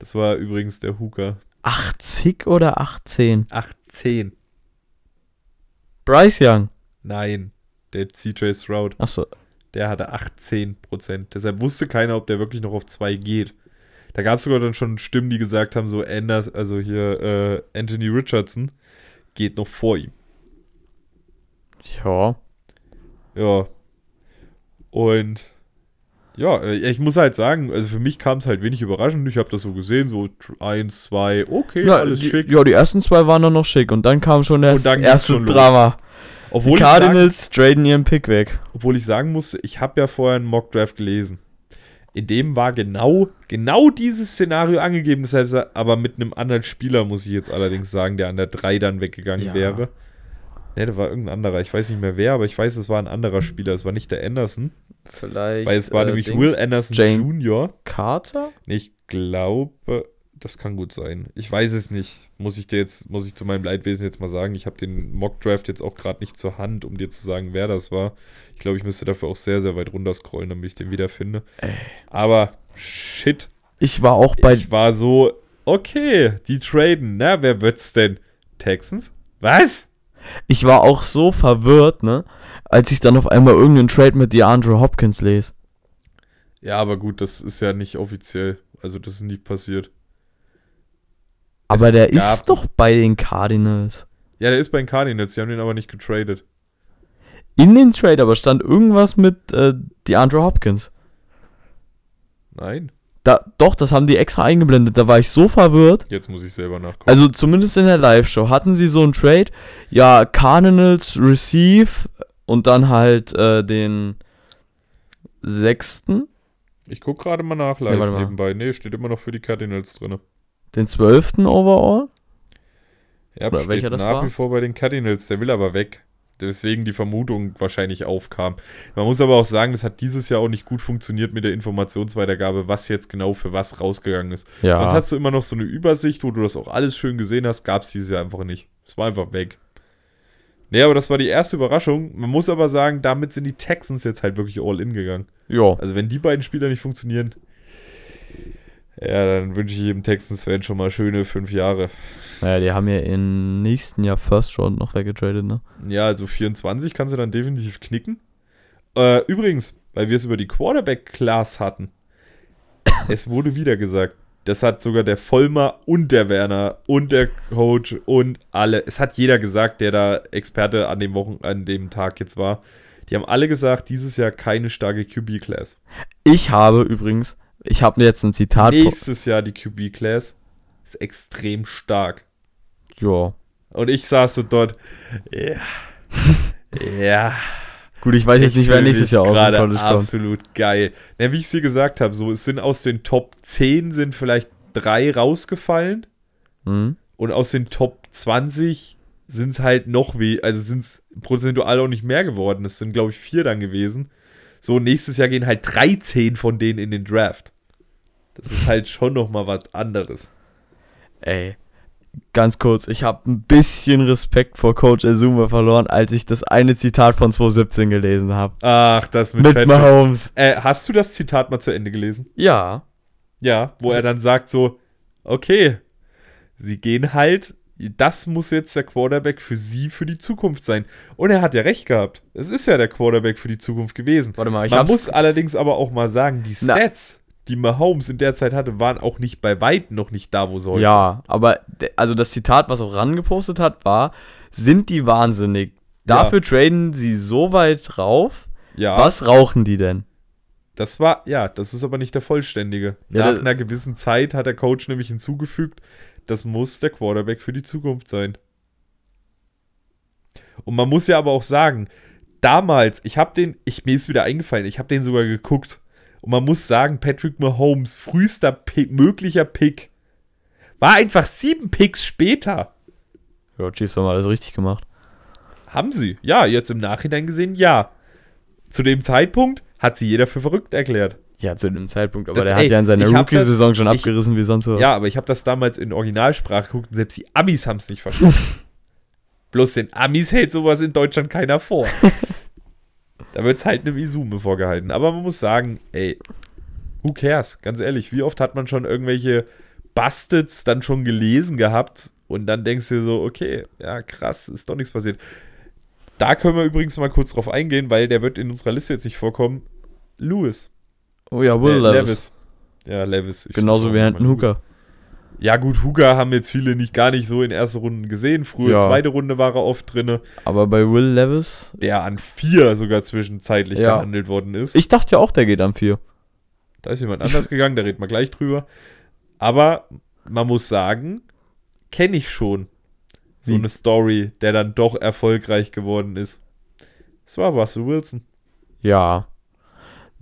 A: Das war übrigens der Hooker.
B: 80 oder 18?
A: 18.
B: Bryce Young.
A: Nein, der CJ Stroud,
B: Achso.
A: der hatte 18 Prozent. Deshalb wusste keiner, ob der wirklich noch auf 2 geht. Da gab es sogar dann schon Stimmen, die gesagt haben, so Anders, also hier äh, Anthony Richardson geht noch vor ihm.
B: Ja.
A: Ja. Und ja, äh, ich muss halt sagen, also für mich kam es halt wenig überraschend. Ich habe das so gesehen, so tr- eins, zwei, okay,
B: Ja,
A: alles
B: die,
A: schick.
B: ja, die ersten zwei waren dann noch schick und dann kam schon das
A: Und dann ging's
B: erste
A: schon los.
B: Drama. Die
A: Obwohl ich, sagen,
B: Cardinals traden ihren Pick weg.
A: obwohl ich sagen musste, ich habe ja vorher einen Mockdraft gelesen. In dem war genau, genau dieses Szenario angegeben, deshalb, sa- aber mit einem anderen Spieler, muss ich jetzt allerdings sagen, der an der 3 dann weggegangen
B: Ja.
A: wäre. Ne, da war irgendein anderer. Ich weiß nicht mehr wer, aber ich weiß, es war ein anderer Spieler. Es war nicht der Anderson,
B: Vielleicht.
A: weil es war nämlich Will Anderson
B: äh, Jane-
A: Jr.
B: Carter?
A: Ich glaube, das kann gut sein. Ich weiß es nicht. Muss ich dir jetzt, muss ich zu meinem Leidwesen jetzt mal sagen. Ich habe den Mock-Draft jetzt auch gerade nicht zur Hand, um dir zu sagen, wer das war. Ich glaube, ich müsste dafür auch sehr, sehr weit runter scrollen, damit ich den wiederfinde. Aber shit,
B: Ich war auch bei.
A: ich war so, okay, die traden. Na, wer wird's denn? Texans? Was?
B: Ich war auch so verwirrt, ne? Als ich dann auf einmal irgendeinen Trade mit DeAndre Hopkins lese.
A: Ja, aber gut, das ist ja nicht offiziell. Also, das ist nie passiert.
B: Aber
A: Es
B: der
A: gab-
B: ist doch bei den Cardinals.
A: Ja, der ist bei den Cardinals. Sie haben den aber nicht getradet.
B: In den Trade aber stand irgendwas mit äh, DeAndre Hopkins.
A: Nein.
B: Da, doch, das haben die extra eingeblendet. Da war ich so verwirrt.
A: Jetzt muss ich selber nachgucken.
B: Also zumindest in der Live-Show hatten sie so einen Trade. Ja, Cardinals Receive und dann halt äh, den sechsten,
A: ich gucke gerade mal nach live
B: Nee, warte mal.
A: nebenbei. Nee, steht immer noch für die Cardinals drin.
B: den zwölften overall.
A: Ja,
B: Oder
A: steht
B: welcher das
A: nach
B: war?
A: wie vor bei den Cardinals. Der will aber weg. Deswegen die Vermutung wahrscheinlich aufkam. Man muss aber auch sagen, das hat dieses Jahr auch nicht gut funktioniert mit der Informationsweitergabe, was jetzt genau für was rausgegangen ist.
B: Ja.
A: Sonst hast du immer noch so eine Übersicht, wo du das auch alles schön gesehen hast. Gab es dieses Jahr einfach nicht. Es war einfach weg. Nee, aber das war die erste Überraschung. Man muss aber sagen, damit sind die Texans jetzt halt wirklich all in gegangen.
B: ja.
A: Also wenn die beiden Spieler nicht funktionieren, ja, dann wünsche ich jedem Texans-Fan schon mal schöne fünf Jahre.
B: Naja, die haben ja im nächsten Jahr First Round noch weggetradet, ne?
A: Ja, also 24 kannst du dann definitiv knicken. Äh, übrigens, weil wir es über die Quarterback-Class hatten, es wurde wieder gesagt, das hat sogar der Vollmer und der Werner und der Coach und alle, es hat jeder gesagt, der da Experte an dem Wochen, an dem Tag jetzt war. Die haben alle gesagt, dieses Jahr keine starke QB-Class.
B: Ich habe übrigens, ich habe mir jetzt ein Zitat vor-
A: Nächstes Jahr die QB-Class ist extrem stark.
B: Ja.
A: Und ich saß so dort. Ja. ja.
B: Gut, ich weiß jetzt nicht, wer
A: fühl
B: nächstes
A: mich
B: Jahr aus dem
A: gerade
B: College kommt.
A: Absolut geil. Na, wie ich es dir gesagt habe, so es sind aus den Top 10 sind vielleicht drei rausgefallen
B: Mhm.
A: und aus den Top 20 sind es halt noch wie, also sind es prozentual auch nicht mehr geworden. Es sind, glaube ich, vier dann gewesen. So, nächstes Jahr gehen halt 13 von denen in den Draft. Das ist halt schon nochmal was anderes.
B: Ey, ganz kurz, ich habe ein bisschen Respekt vor Coach Azuma verloren, als ich das eine Zitat von 2017 gelesen habe.
A: Ach, das mit,
B: Mit
A: Patrick-
B: Mahomes.
A: Äh, hast du das Zitat mal zu Ende gelesen?
B: Ja.
A: Ja, wo er dann sagt so, okay, sie gehen halt, das muss jetzt der Quarterback für sie für die Zukunft sein. Und er hat ja recht gehabt. Es ist ja der Quarterback für die Zukunft gewesen.
B: Warte mal, ich
A: Man
B: hab's-
A: muss allerdings aber auch mal sagen, die
B: Na.
A: Stats, die Mahomes in der Zeit hatte, waren auch nicht bei weitem noch nicht da, wo sie heute
B: Ja, aber de- also das Zitat, was auch rangepostet hat, war, sind die wahnsinnig. Dafür traden sie so weit rauf.
A: sind. Ja,
B: Was rauchen die denn?
A: das war, ja, das ist aber nicht der vollständige.
B: Ja,
A: Nach
B: das-
A: einer gewissen Zeit hat der Coach nämlich hinzugefügt, das muss der Quarterback für die Zukunft sein. Und man muss ja aber auch sagen, damals, ich habe den, ich mir ist wieder eingefallen, ich habe den sogar geguckt. Und man muss sagen, Patrick Mahomes, frühester Pi- möglicher Pick, war einfach sieben Picks später.
B: Ja, Chiefs haben alles richtig gemacht.
A: Haben sie. Ja, jetzt im Nachhinein gesehen, ja. Zu dem Zeitpunkt hat sie jeder für verrückt erklärt.
B: Ja, zu dem Zeitpunkt, aber
A: Das-
B: der
A: ey,
B: hat ja in seiner
A: ich hab das-
B: Rookie-Saison schon
A: ich-
B: abgerissen wie sonst was.
A: Ja, aber ich habe das damals in Originalsprache geguckt und selbst die Amis haben es nicht verstanden. Bloß den Amis hält sowas in Deutschland keiner vor. da wird es halt einem Isume vorgehalten. Aber man muss sagen, ey, who cares? Ganz ehrlich, wie oft hat man schon irgendwelche Busteds dann schon gelesen gehabt und dann denkst du dir so, okay, ja krass, ist doch nichts passiert. Da können wir übrigens mal kurz drauf eingehen, weil der wird in unserer Liste jetzt nicht vorkommen. Lewis.
B: Oh ja, Will
A: Äh,
B: Levis.
A: Ja, Levis. Ich
B: Genauso wie
A: schau mal
B: Hinton
A: Lewis.
B: Hooker.
A: Ja, gut, Huga haben jetzt viele nicht gar nicht so in erste Runden gesehen. Früher
B: Ja.
A: zweite Runde war er oft drinne,
B: Aber bei Will Levis,
A: der an vier sogar zwischenzeitlich
B: Ja.
A: gehandelt worden ist.
B: ich dachte ja auch, der geht am 4.
A: da ist jemand anders gegangen, da reden wir gleich drüber. Aber man muss sagen, kenne ich schon so
B: Wie?
A: eine Story, der dann doch erfolgreich geworden ist. Es war Russell Wilson.
B: Ja.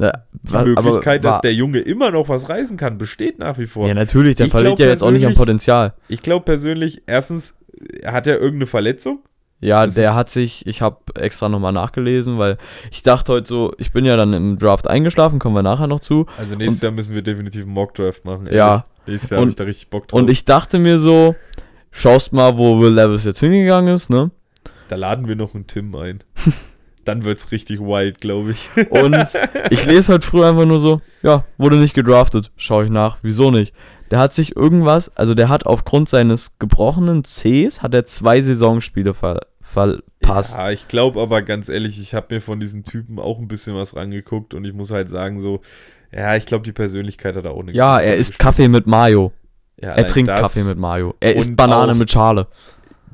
B: Na,
A: Die
B: wa- aber
A: Möglichkeit,
B: wa-
A: dass der Junge immer noch was reißen kann, besteht nach wie vor.
B: Ja, natürlich, der
A: Ich
B: verliert
A: glaub
B: ja jetzt auch nicht am
A: persönlich-
B: Potenzial.
A: Ich glaube persönlich, erstens, er hat er irgendeine Verletzung?
B: Ja,
A: Das
B: der
A: ist-
B: hat sich, ich habe extra nochmal nachgelesen, weil ich dachte heute so, ich bin ja dann im Draft eingeschlafen, kommen wir nachher noch zu.
A: Also nächstes Jahr müssen wir definitiv einen Mockdraft machen. ehrlich.
B: Ja.
A: Nächstes Jahr habe
B: Und-
A: ich da richtig Bock drauf.
B: Und ich dachte mir so, schaust mal, wo Will Levis jetzt hingegangen ist, ne?
A: da laden wir noch einen Tim ein. Dann wird's richtig wild, glaube ich.
B: Und ich lese heute früh einfach nur so, ja, wurde nicht gedraftet, schaue ich nach, wieso nicht? Der hat sich irgendwas, also der hat aufgrund seines gebrochenen Cs, hat er zwei Saisonspiele ver, verpasst.
A: Ja, ich glaube aber ganz ehrlich, ich habe mir von diesen Typen auch ein bisschen was rangeguckt und ich muss halt sagen, so, ja, ich glaube, die Persönlichkeit hat er auch eine
B: Ja,
A: gewisse
B: er
A: Rolle
B: isst
A: gespielt.
B: Kaffee mit Mayo.
A: Ja,
B: Er
A: allein
B: trinkt
A: das,
B: Kaffee mit Mayo. Er isst
A: und
B: Banane
A: auch-
B: mit Schale.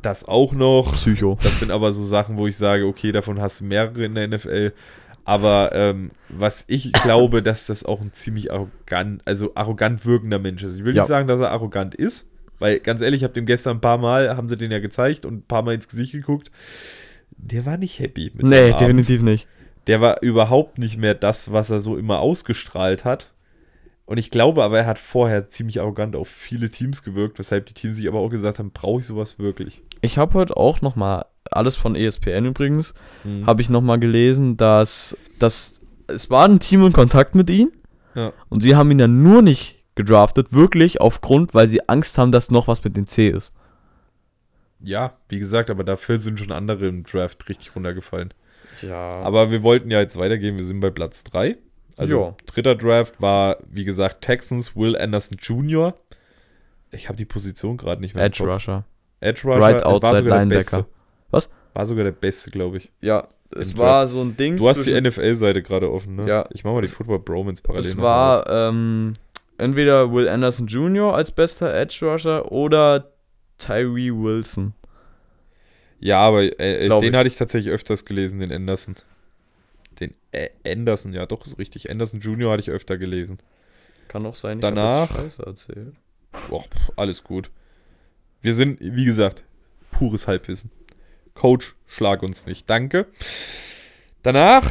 A: Das auch noch.
B: Psycho.
A: Das sind aber so Sachen, wo ich sage, okay, davon hast du mehrere in der NFL. Aber ähm, was ich glaube, dass das auch ein ziemlich arrogant, also arrogant wirkender Mensch ist. Ich will
B: Ja.
A: nicht sagen, dass er arrogant ist, weil ganz ehrlich, ich habe dem gestern ein paar Mal, haben sie den ja gezeigt und ein paar Mal ins Gesicht geguckt. Der war nicht happy mit
B: Nee,
A: seinem Abend.
B: definitiv nicht.
A: Der war überhaupt nicht mehr das, was er so immer ausgestrahlt hat. Und ich glaube aber, er hat vorher ziemlich arrogant auf viele Teams gewirkt, weshalb die Teams sich aber auch gesagt haben, brauche ich sowas wirklich?
B: Ich habe heute auch nochmal, alles von E ESPN übrigens,
A: Mhm.
B: habe ich nochmal gelesen, dass, dass es war ein Team in Kontakt mit ihm
A: Ja.
B: und sie haben ihn dann nur nicht gedraftet, wirklich aufgrund, weil sie Angst haben, dass noch was mit den C ist.
A: Ja, wie gesagt, aber dafür sind schon andere im Draft richtig runtergefallen.
B: Ja. Aber
A: Aber wir wollten ja jetzt weitergehen. Wir sind bei Platz 3. Also
B: Jo.
A: dritter Draft war, wie gesagt, Texans Will Anderson Jr. Ich habe die Position gerade nicht mehr. im
B: Edge
A: Kopf.
B: Rusher.
A: Edge Rusher.
B: Right
A: es
B: outside
A: sogar der
B: Linebacker.
A: Beste.
B: Was?
A: War sogar der Beste, glaube ich.
B: Ja,
A: Im war
B: so ein Ding.
A: Du hast die NFL-Seite gerade offen, ne?
B: Ja.
A: Ich mache mal die Football Bromance parallel.
B: Es
A: noch mal auf.
B: war ähm, entweder Will Anderson Jr. als bester Edge Rusher oder Tyree Wilson.
A: Ja, aber äh, äh,
B: Glaub
A: den
B: ich.
A: hatte ich tatsächlich öfters gelesen, den Anderson. Den äh, Anderson, ja, doch, ist richtig. Anderson Jr. hatte ich öfter gelesen.
B: Kann auch sein, ich
A: Danach-
B: hab jetzt Scheiße erzählt.
A: Boah, pf, alles gut. Wir sind, wie gesagt, pures Halbwissen. Coach, schlag uns nicht. Danke. Danach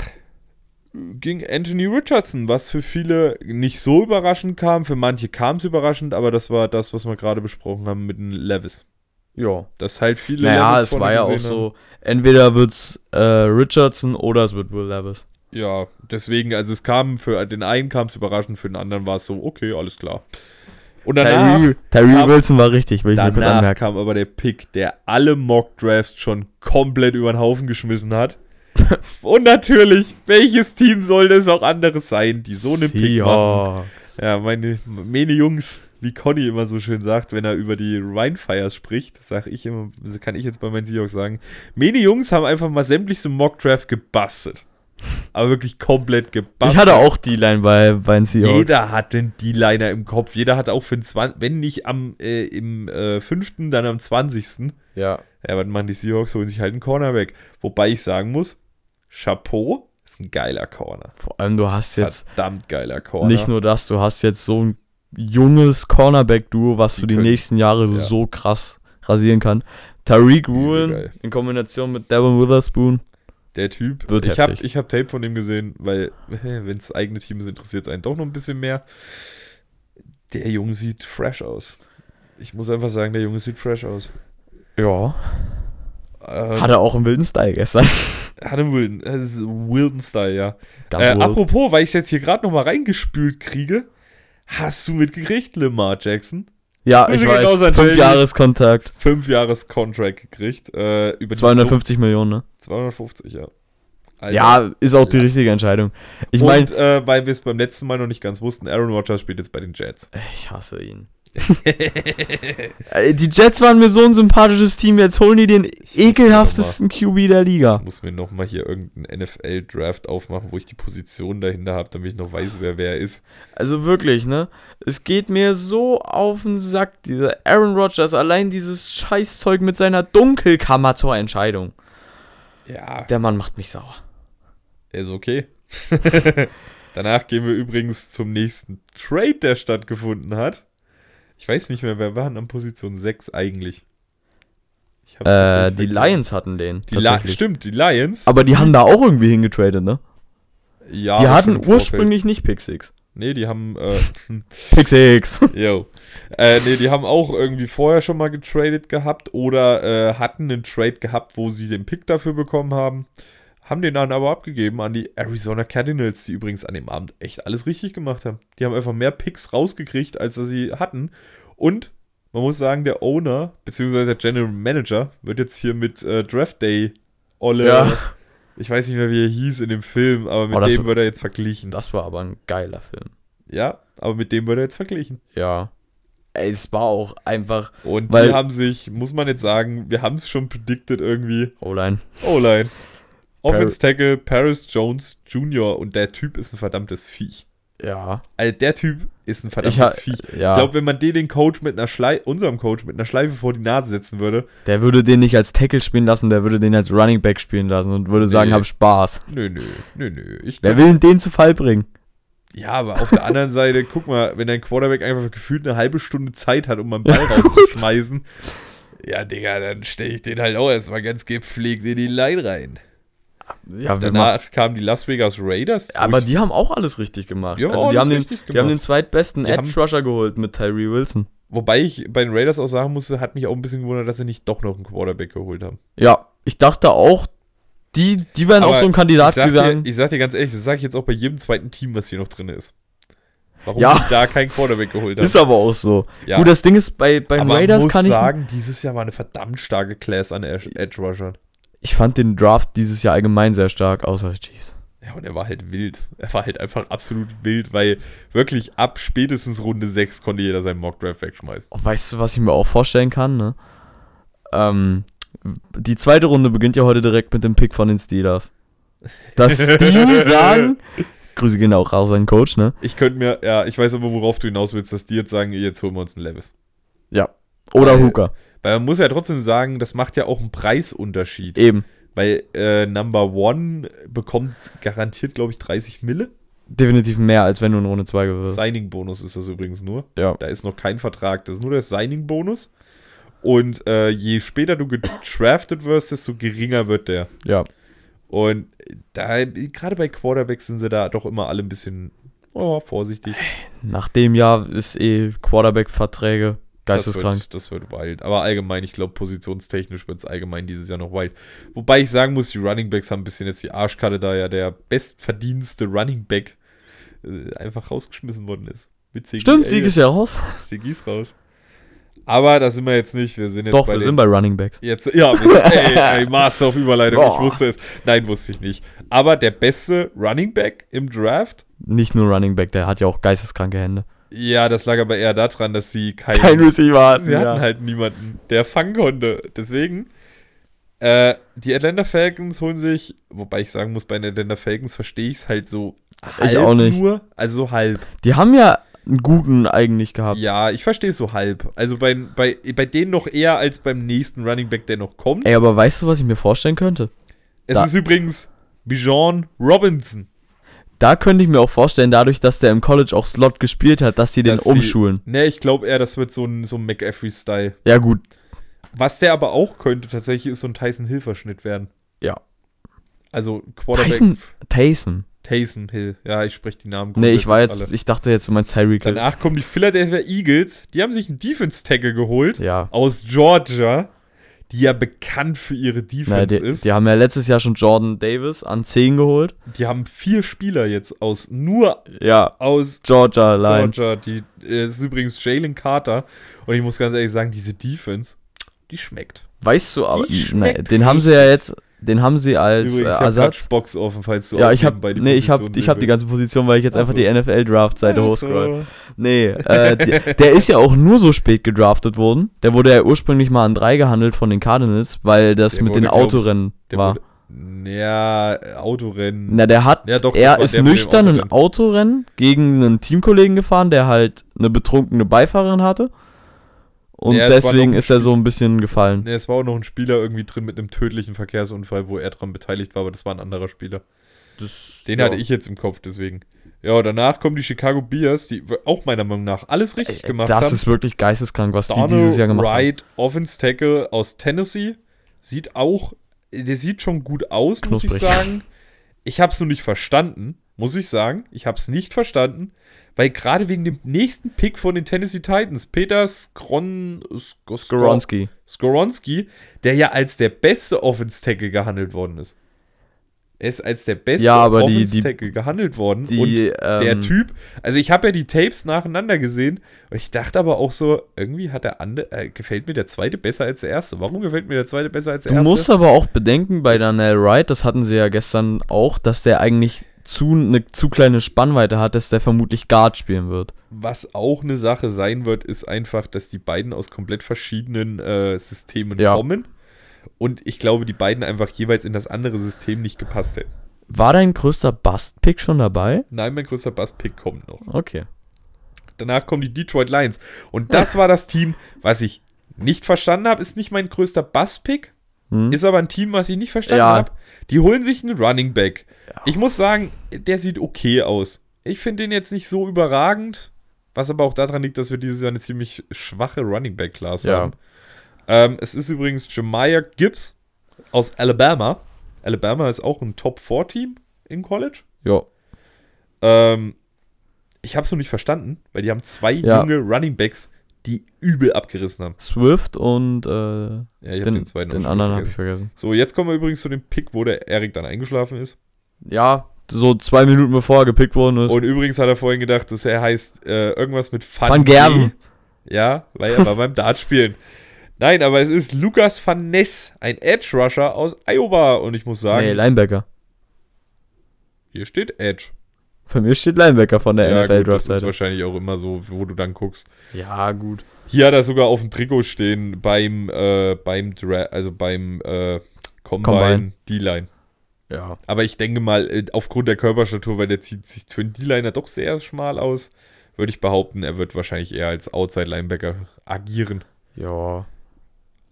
A: ging Anthony Richardson, was für viele nicht so überraschend kam. Für manche kam es überraschend, aber das war das, was wir gerade besprochen haben mit den Levis.
B: Ja.
A: Dass halt viele
B: Naja,
A: Levis
B: es
A: vorne
B: war ja auch
A: gesehen haben.
B: so, entweder wird's äh, Richardson oder es wird Will Levis.
A: Ja, deswegen, also es kam für den einen kam es überraschend, für den anderen war es so, okay, alles klar. Und danach.
B: Tyree,
A: kam-
B: Tyree Wilson war richtig, will ich nur kurz
A: Danach
B: anmerken.
A: kam aber der Pick, der alle Mock-Drafts schon komplett über den Haufen geschmissen hat. Und natürlich, welches Team soll das auch anderes sein, die so einen Pick machen?
B: Seahawks.
A: Ja, meine, meine Jungs, wie Conny immer so schön sagt, wenn er über die Rhinefires spricht, sag ich immer, das kann ich jetzt bei meinen Seahawks sagen, meine Jungs haben einfach mal sämtliche Mock-Draft gebastelt. Aber wirklich komplett gebastelt.
B: Ich hatte auch die Line bei, bei den Seahawks.
A: Jeder hat den D-Liner im Kopf. Jeder hat auch für den 20, wenn nicht am äh, im äh, 5., dann am 20.
B: Ja.
A: Ja, was machen die Seahawks? Holen sich halt einen Corner weg. Wobei ich sagen muss, Chapeau ist ein geiler Corner.
B: Vor allem, du hast jetzt
A: Verdammt geiler Corner.
B: nicht nur das, du hast jetzt so ein junges Cornerback-Duo, was
A: Die
B: du die
A: können-
B: nächsten Jahre so-
A: ja.
B: so krass rasieren kann. Tariq Woolen
A: geil.
B: in Kombination mit Devin Witherspoon.
A: der Typ.
B: Wird
A: ich habe
B: heftig.
A: ich hab Tape von dem gesehen, weil wenn es eigene Teams interessiert, einen doch noch ein bisschen mehr. Der Junge sieht fresh aus. Ich muss einfach sagen, der Junge sieht fresh aus.
B: Ja.
A: Ähm,
B: Hatte auch einen wilden Style gestern.
A: hat einen wilden, das ist wilden Style, äh, ja.
B: Ganz
A: Äh,
B: wild.
A: apropos, weil ich es jetzt hier gerade nochmal reingespült kriege, hast du mitgekriegt, Lamar Jackson?
B: ja,
A: Grüße
B: ich
A: gehen raus an
B: weiß. Fünf
A: Jalen.
B: Jahreskontakt.
A: Fünf Jahres Contract gekriegt. Äh, über die
B: 250 Millionen, ne?
A: Summe- 250, ja. Alter.
B: Ja, ist auch die richtige Entscheidung. Ich meine,
A: Und äh, weil wir es beim letzten Mal noch nicht ganz wussten, Aaron Rodgers spielt jetzt bei den Jets.
B: ich hasse ihn. Äh, die Jets waren mir so ein sympathisches Team, jetzt holen die den
A: mir
B: ekelhaftesten QB der Liga.
A: Muss mir nochmal hier irgendeinen NFL-Draft aufmachen, wo ich die Position dahinter habe, damit ich noch weiß, wer wer ist.
B: Also wirklich, ne? Es geht mir so auf den Sack, dieser Aaron Rodgers, allein dieses Scheißzeug mit seiner Dunkelkammer zur Entscheidung.
A: Ja,
B: Der Mann macht mich sauer.
A: ist okay. Danach gehen wir übrigens zum nächsten Trade, der stattgefunden hat. Ich weiß nicht mehr, wer waren an Position 6 eigentlich. Ich hab's
B: Äh,
A: tatsächlich
B: die
A: vergessen.
B: Lions hatten den.
A: Die Li
B: tatsächlich.
A: stimmt, die Lions.
B: Aber die haben da auch irgendwie hingetradet, ne?
A: ja, aber schon
B: die
A: im
B: hatten
A: Vorfeld.
B: ursprünglich nicht Pick Six.
A: Nee, die haben. Äh,
B: Pick Six.
A: yo. Äh, nee, die haben auch irgendwie vorher schon mal getradet gehabt oder äh, hatten einen Trade gehabt, wo sie den Pick dafür bekommen haben. Haben den dann aber abgegeben an die Arizona Cardinals, die übrigens an dem Abend echt alles richtig gemacht haben. Die haben einfach mehr Picks rausgekriegt, als sie hatten. Und man muss sagen, der Owner, beziehungsweise der General Manager, wird jetzt hier mit äh, Draft Day Olle.
B: Ja.
A: Ich weiß nicht mehr, wie er hieß in dem Film, aber mit
B: Oh, das
A: dem
B: wird-
A: wird er jetzt verglichen.
B: Das war aber ein geiler Film.
A: Ja, aber mit dem wird er jetzt verglichen.
B: Ja. Ey, es war auch einfach
A: Und
B: Weil-
A: die haben sich, muss man jetzt sagen, wir haben es schon predicted irgendwie. Oh
B: O-Line.
A: O-Line. Offense Tackle Paris Jones Jr. und der Typ ist ein verdammtes Viech.
B: Ja.
A: Also der Typ ist ein
B: Ich, ha-
A: verdammtes Viech.
B: ja.
A: Ich glaube, wenn man den, den Coach mit einer Schleife, unserem Coach mit einer Schleife vor die Nase setzen würde,
B: der würde den nicht als Tackle spielen lassen, der würde den als Running Back spielen lassen und würde sagen,
A: Nee.
B: hab Spaß.
A: nö, nö, nö, nö. Ich
B: Wer
A: glaub,
B: will denn den zu Fall bringen?
A: ja, aber auf der anderen Seite, guck mal, wenn dein Quarterback einfach gefühlt eine halbe Stunde Zeit hat, um mal einen Ball rauszuschmeißen, ja, Digga, dann stelle ich den halt auch erstmal ganz gepflegt in die Line rein.
B: Ja, wir machen,
A: Danach kamen die Las Vegas Raiders. wo
B: aber
A: ich-
B: die haben auch alles richtig gemacht.
A: Die haben
B: also
A: auch
B: die haben,
A: alles
B: den,
A: richtig
B: die haben
A: gemacht.
B: den zweitbesten
A: Die haben-
B: Edge-Rusher geholt mit Tyree Wilson.
A: wobei ich bei den Raiders auch sagen musste, hat mich auch ein bisschen gewundert, dass sie nicht doch noch einen Quarterback geholt haben.
B: Ja, ich dachte auch, die, die wären auch
A: Aber
B: so ein Kandidat
A: ich sag
B: gewesen.
A: Dir, ich sag dir ganz ehrlich, das sage ich jetzt auch bei jedem zweiten Team, was hier noch drin ist. Warum
B: Ja.
A: die da keinen Quarterback geholt haben.
B: Ist aber auch so.
A: Ja.
B: Gut, das Ding ist, bei, bei den
A: Aber
B: Raiders
A: muss
B: kann ich.
A: sagen, dieses Jahr war eine verdammt starke Class an Edge Edge Rushern.
B: Ich fand den Draft dieses Jahr allgemein sehr stark, außer die Chiefs.
A: Ja, und er war halt wild. Er war halt einfach absolut wild, weil wirklich ab spätestens Runde 6 konnte jeder seinen Mock-Draft wegschmeißen.
B: Oh, weißt du, was ich mir auch vorstellen kann, ne? Ähm, die zweite Runde beginnt ja heute direkt mit dem Pick von den Steelers. Dass die sagen. Grüße gehen auch raus an den Coach, ne?
A: Ich könnte mir, ja, ich weiß aber, worauf du hinaus willst, dass die jetzt sagen, jetzt holen wir uns einen Levis.
B: Oder
A: Weil-
B: Hooker.
A: Weil man muss ja trotzdem sagen, das macht ja auch einen Preisunterschied.
B: Eben.
A: Weil äh, Number One bekommt garantiert, glaube ich, 30 Mille.
B: Definitiv mehr, als wenn du in Runde 2 gewinnst.
A: Signing-Bonus ist das übrigens nur.
B: Ja.
A: Da ist noch kein Vertrag, das ist nur der Signing-Bonus. Und äh, je später du gedraftet wirst, desto geringer wird der.
B: Ja.
A: Und da, gerade bei Quarterbacks sind sie da doch immer alle ein bisschen oh, vorsichtig.
B: Nach dem Jahr ist eh Quarterback-Verträge geisteskrank.
A: Das wird, das wird wild. Aber allgemein, ich glaube, positionstechnisch wird es allgemein dieses Jahr noch wild. Wobei ich sagen muss, die Running Backs haben ein bisschen jetzt die Arschkarte, da ja der bestverdienste Running Back äh, einfach rausgeschmissen worden ist. Mit Sigi,
B: Stimmt,
A: ey,
B: Sieg ist ja raus.
A: Sigi ist raus. Aber da sind wir jetzt nicht. Wir sind jetzt
B: Doch,
A: bei
B: wir
A: den
B: sind bei Running Backs.
A: Jetzt, ja, wir- ey, ey, Master auf Überleitung, ich
B: Boah.
A: wusste es. Nein, wusste ich nicht. Aber der beste Running Back im Draft,
B: Nicht nur Running Back, der hat ja auch geisteskranke Hände.
A: ja, das lag aber eher daran, dass sie keinen.
B: Receiver hatten,
A: sie hatten halt niemanden, der fangen konnte. Deswegen, äh, die Atlanta Falcons holen sich, wobei ich sagen muss, bei den Atlanta Falcons verstehe ich es halt so halb
B: auch nicht.
A: nur, also so halb.
B: Die haben ja einen guten eigentlich gehabt.
A: Ja, ich verstehe es so halb. Also bei, bei, bei denen noch eher als beim nächsten Running Back, der noch kommt.
B: Ey, aber weißt du, was ich mir vorstellen könnte?
A: es
B: da-
A: ist übrigens Bijan Robinson.
B: Da könnte ich mir auch vorstellen, dadurch, dass der im College auch Slot gespielt hat, dass die den
A: dass sie-
B: umschulen.
A: Ne, ich glaube eher, das wird so ein, so ein McAfee-Style.
B: Ja, gut.
A: Was der aber auch könnte, tatsächlich ist so ein Tyson Hill-Verschnitt werden.
B: Ja.
A: Also Quarterback.
B: Tyson. Tyson.
A: Taysom Hill. Ja, ich spreche die Namen
B: Nee, ich war jetzt,
A: grundsätzlich
B: ich dachte jetzt, du meinst Tyreek
A: Alle.
B: Hill.
A: Danach kommen die Philadelphia Eagles. Die haben sich einen Defense-Tackle geholt
B: Ja.
A: aus Georgia, die ja bekannt für ihre Defense
B: Na, die,
A: ist.
B: die haben ja letztes Jahr schon Jordan Davis an 10 geholt.
A: Die haben vier Spieler jetzt aus, nur
B: Ja,
A: aus
B: Georgia allein.
A: Georgia. Die äh, ist übrigens Jalen Carter. Und ich muss ganz ehrlich sagen, diese Defense, die schmeckt.
B: Weißt du aber,
A: Die
B: nee,
A: schmeckt
B: den haben sie ja jetzt, den haben sie als äh,
A: ich hab grad
B: Ersatz.
A: Xbox offen, falls du
B: Ja,
A: auch
B: ich habe
A: nebenbei die
B: nee, ich
A: Position
B: hab, ich hab die
A: sehen
B: ganze Position, weil ich jetzt
A: Ach
B: einfach
A: so.
B: die NFL Draft Seite
A: willst.
B: hochscroll.
A: Also,
B: Nee, äh, die, der ist ja auch nur so spät gedraftet worden. Der wurde ja ursprünglich mal an 3 gehandelt von den Cardinals, weil das
A: Der
B: mit
A: wurde,
B: den
A: glaub ich,
B: Autorennen
A: Der
B: war.
A: wurde- Ja, Autorennen.
B: Na, der hat
A: Ja, doch, das
B: er
A: war
B: ist
A: der mit dem
B: nüchtern ein
A: Autorennen.
B: Autorennen gegen einen Teamkollegen gefahren, der halt eine betrunkene Beifahrerin hatte. Und
A: Ja, es war
B: deswegen
A: noch ein
B: ist er so ein bisschen gefallen.
A: Ne, es war auch noch ein Spieler irgendwie drin mit einem tödlichen Verkehrsunfall, wo er dran beteiligt war, aber das war ein anderer Spieler. Den
B: ja.
A: hatte ich jetzt im Kopf, deswegen. Ja, danach kommen die Chicago Bears, die w- auch meiner Meinung nach alles richtig gemacht
B: Äh, das
A: haben.
B: ist wirklich geisteskrank, was die
A: Darnell
B: dieses Jahr gemacht haben.
A: Wright, Offense Tackle aus Tennessee, sieht auch, der sieht schon gut aus, muss
B: Knusprig.
A: ich sagen. Ich habe es nur nicht verstanden, muss ich sagen. Ich habe es nicht verstanden, weil gerade wegen dem nächsten Pick von den Tennessee Titans, Peter Skron, Skor-
B: Goronski.
A: Skoronski, der ja als der beste Offense-Tackle gehandelt worden ist. Er ist als der beste
B: Ja, aber die- die-
A: Offense-Tackle gehandelt worden.
B: Die,
A: und
B: ähm,
A: der Typ, also ich habe ja die Tapes nacheinander gesehen und ich dachte aber auch so, irgendwie hat der andere, äh, gefällt mir der zweite besser als der erste. Warum gefällt mir der zweite besser als der
B: Du
A: erste?
B: musst aber auch bedenken, bei
A: Ist-
B: Daniel Wright, das hatten sie ja gestern auch, dass der eigentlich zu eine zu kleine Spannweite hat, dass der vermutlich Guard spielen wird.
A: Was auch eine Sache sein wird, ist einfach, dass die beiden aus komplett verschiedenen äh, Systemen
B: Ja.
A: kommen. Und ich glaube, die beiden einfach jeweils in das andere System nicht gepasst hätten.
B: War dein größter Bust-Pick schon dabei?
A: Nein, mein größter Bass-Pick kommt noch.
B: Okay.
A: Danach kommen die Detroit Lions. Und das war das Team, was ich nicht verstanden habe. Ist nicht mein größter Bass-Pick,
B: Hm?
A: ist aber ein Team, was ich nicht verstanden
B: Ja.
A: habe. Die holen sich einen Running Back. Ich muss sagen, der sieht okay aus. Ich finde den jetzt nicht so überragend, was aber auch daran liegt, dass wir dieses Jahr eine ziemlich schwache Running Back-Class
B: Ja.
A: haben. Ähm, es ist übrigens Jemiah Gibbs aus Alabama. Alabama ist auch ein Top-4-Team in College.
B: ja.
A: Ähm, ich habe es noch nicht verstanden, weil die haben zwei
B: Ja.
A: junge Running Backs, die übel abgerissen haben.
B: Swift und äh,
A: Ja, ich hab
B: den,
A: zweiten
B: den
A: schon
B: anderen habe ich
A: vergessen.
B: vergessen.
A: So, jetzt kommen wir übrigens zu dem Pick, wo der Erik dann eingeschlafen ist.
B: Ja, so zwei Minuten bevor er gepickt worden ist.
A: Und übrigens hat er vorhin gedacht, dass er heißt äh, irgendwas mit Van,
B: Van Gerven.
A: G. Ja, weil er war beim Dartspielen. Nein, aber es ist Lukas Van Ness, ein Edge Rusher aus Iowa. Und ich muss sagen,
B: nee, Linebacker.
A: hier steht Edge.
B: Bei mir steht Linebacker von der
A: Ja,
B: NFL
A: gut, das ist
B: Draft-Seite.
A: wahrscheinlich auch immer so, wo du dann guckst.
B: Ja, gut.
A: Hier hat er sogar auf dem Trikot stehen beim äh, beim Dra also beim äh, Combine,
B: Combine.
A: D-Line.
B: Ja.
A: Aber ich denke mal äh, aufgrund der Körperstatur, weil der zieht sich für einen D-Liner doch sehr schmal aus, würde ich behaupten, er wird wahrscheinlich eher als Outside Linebacker agieren.
B: Ja.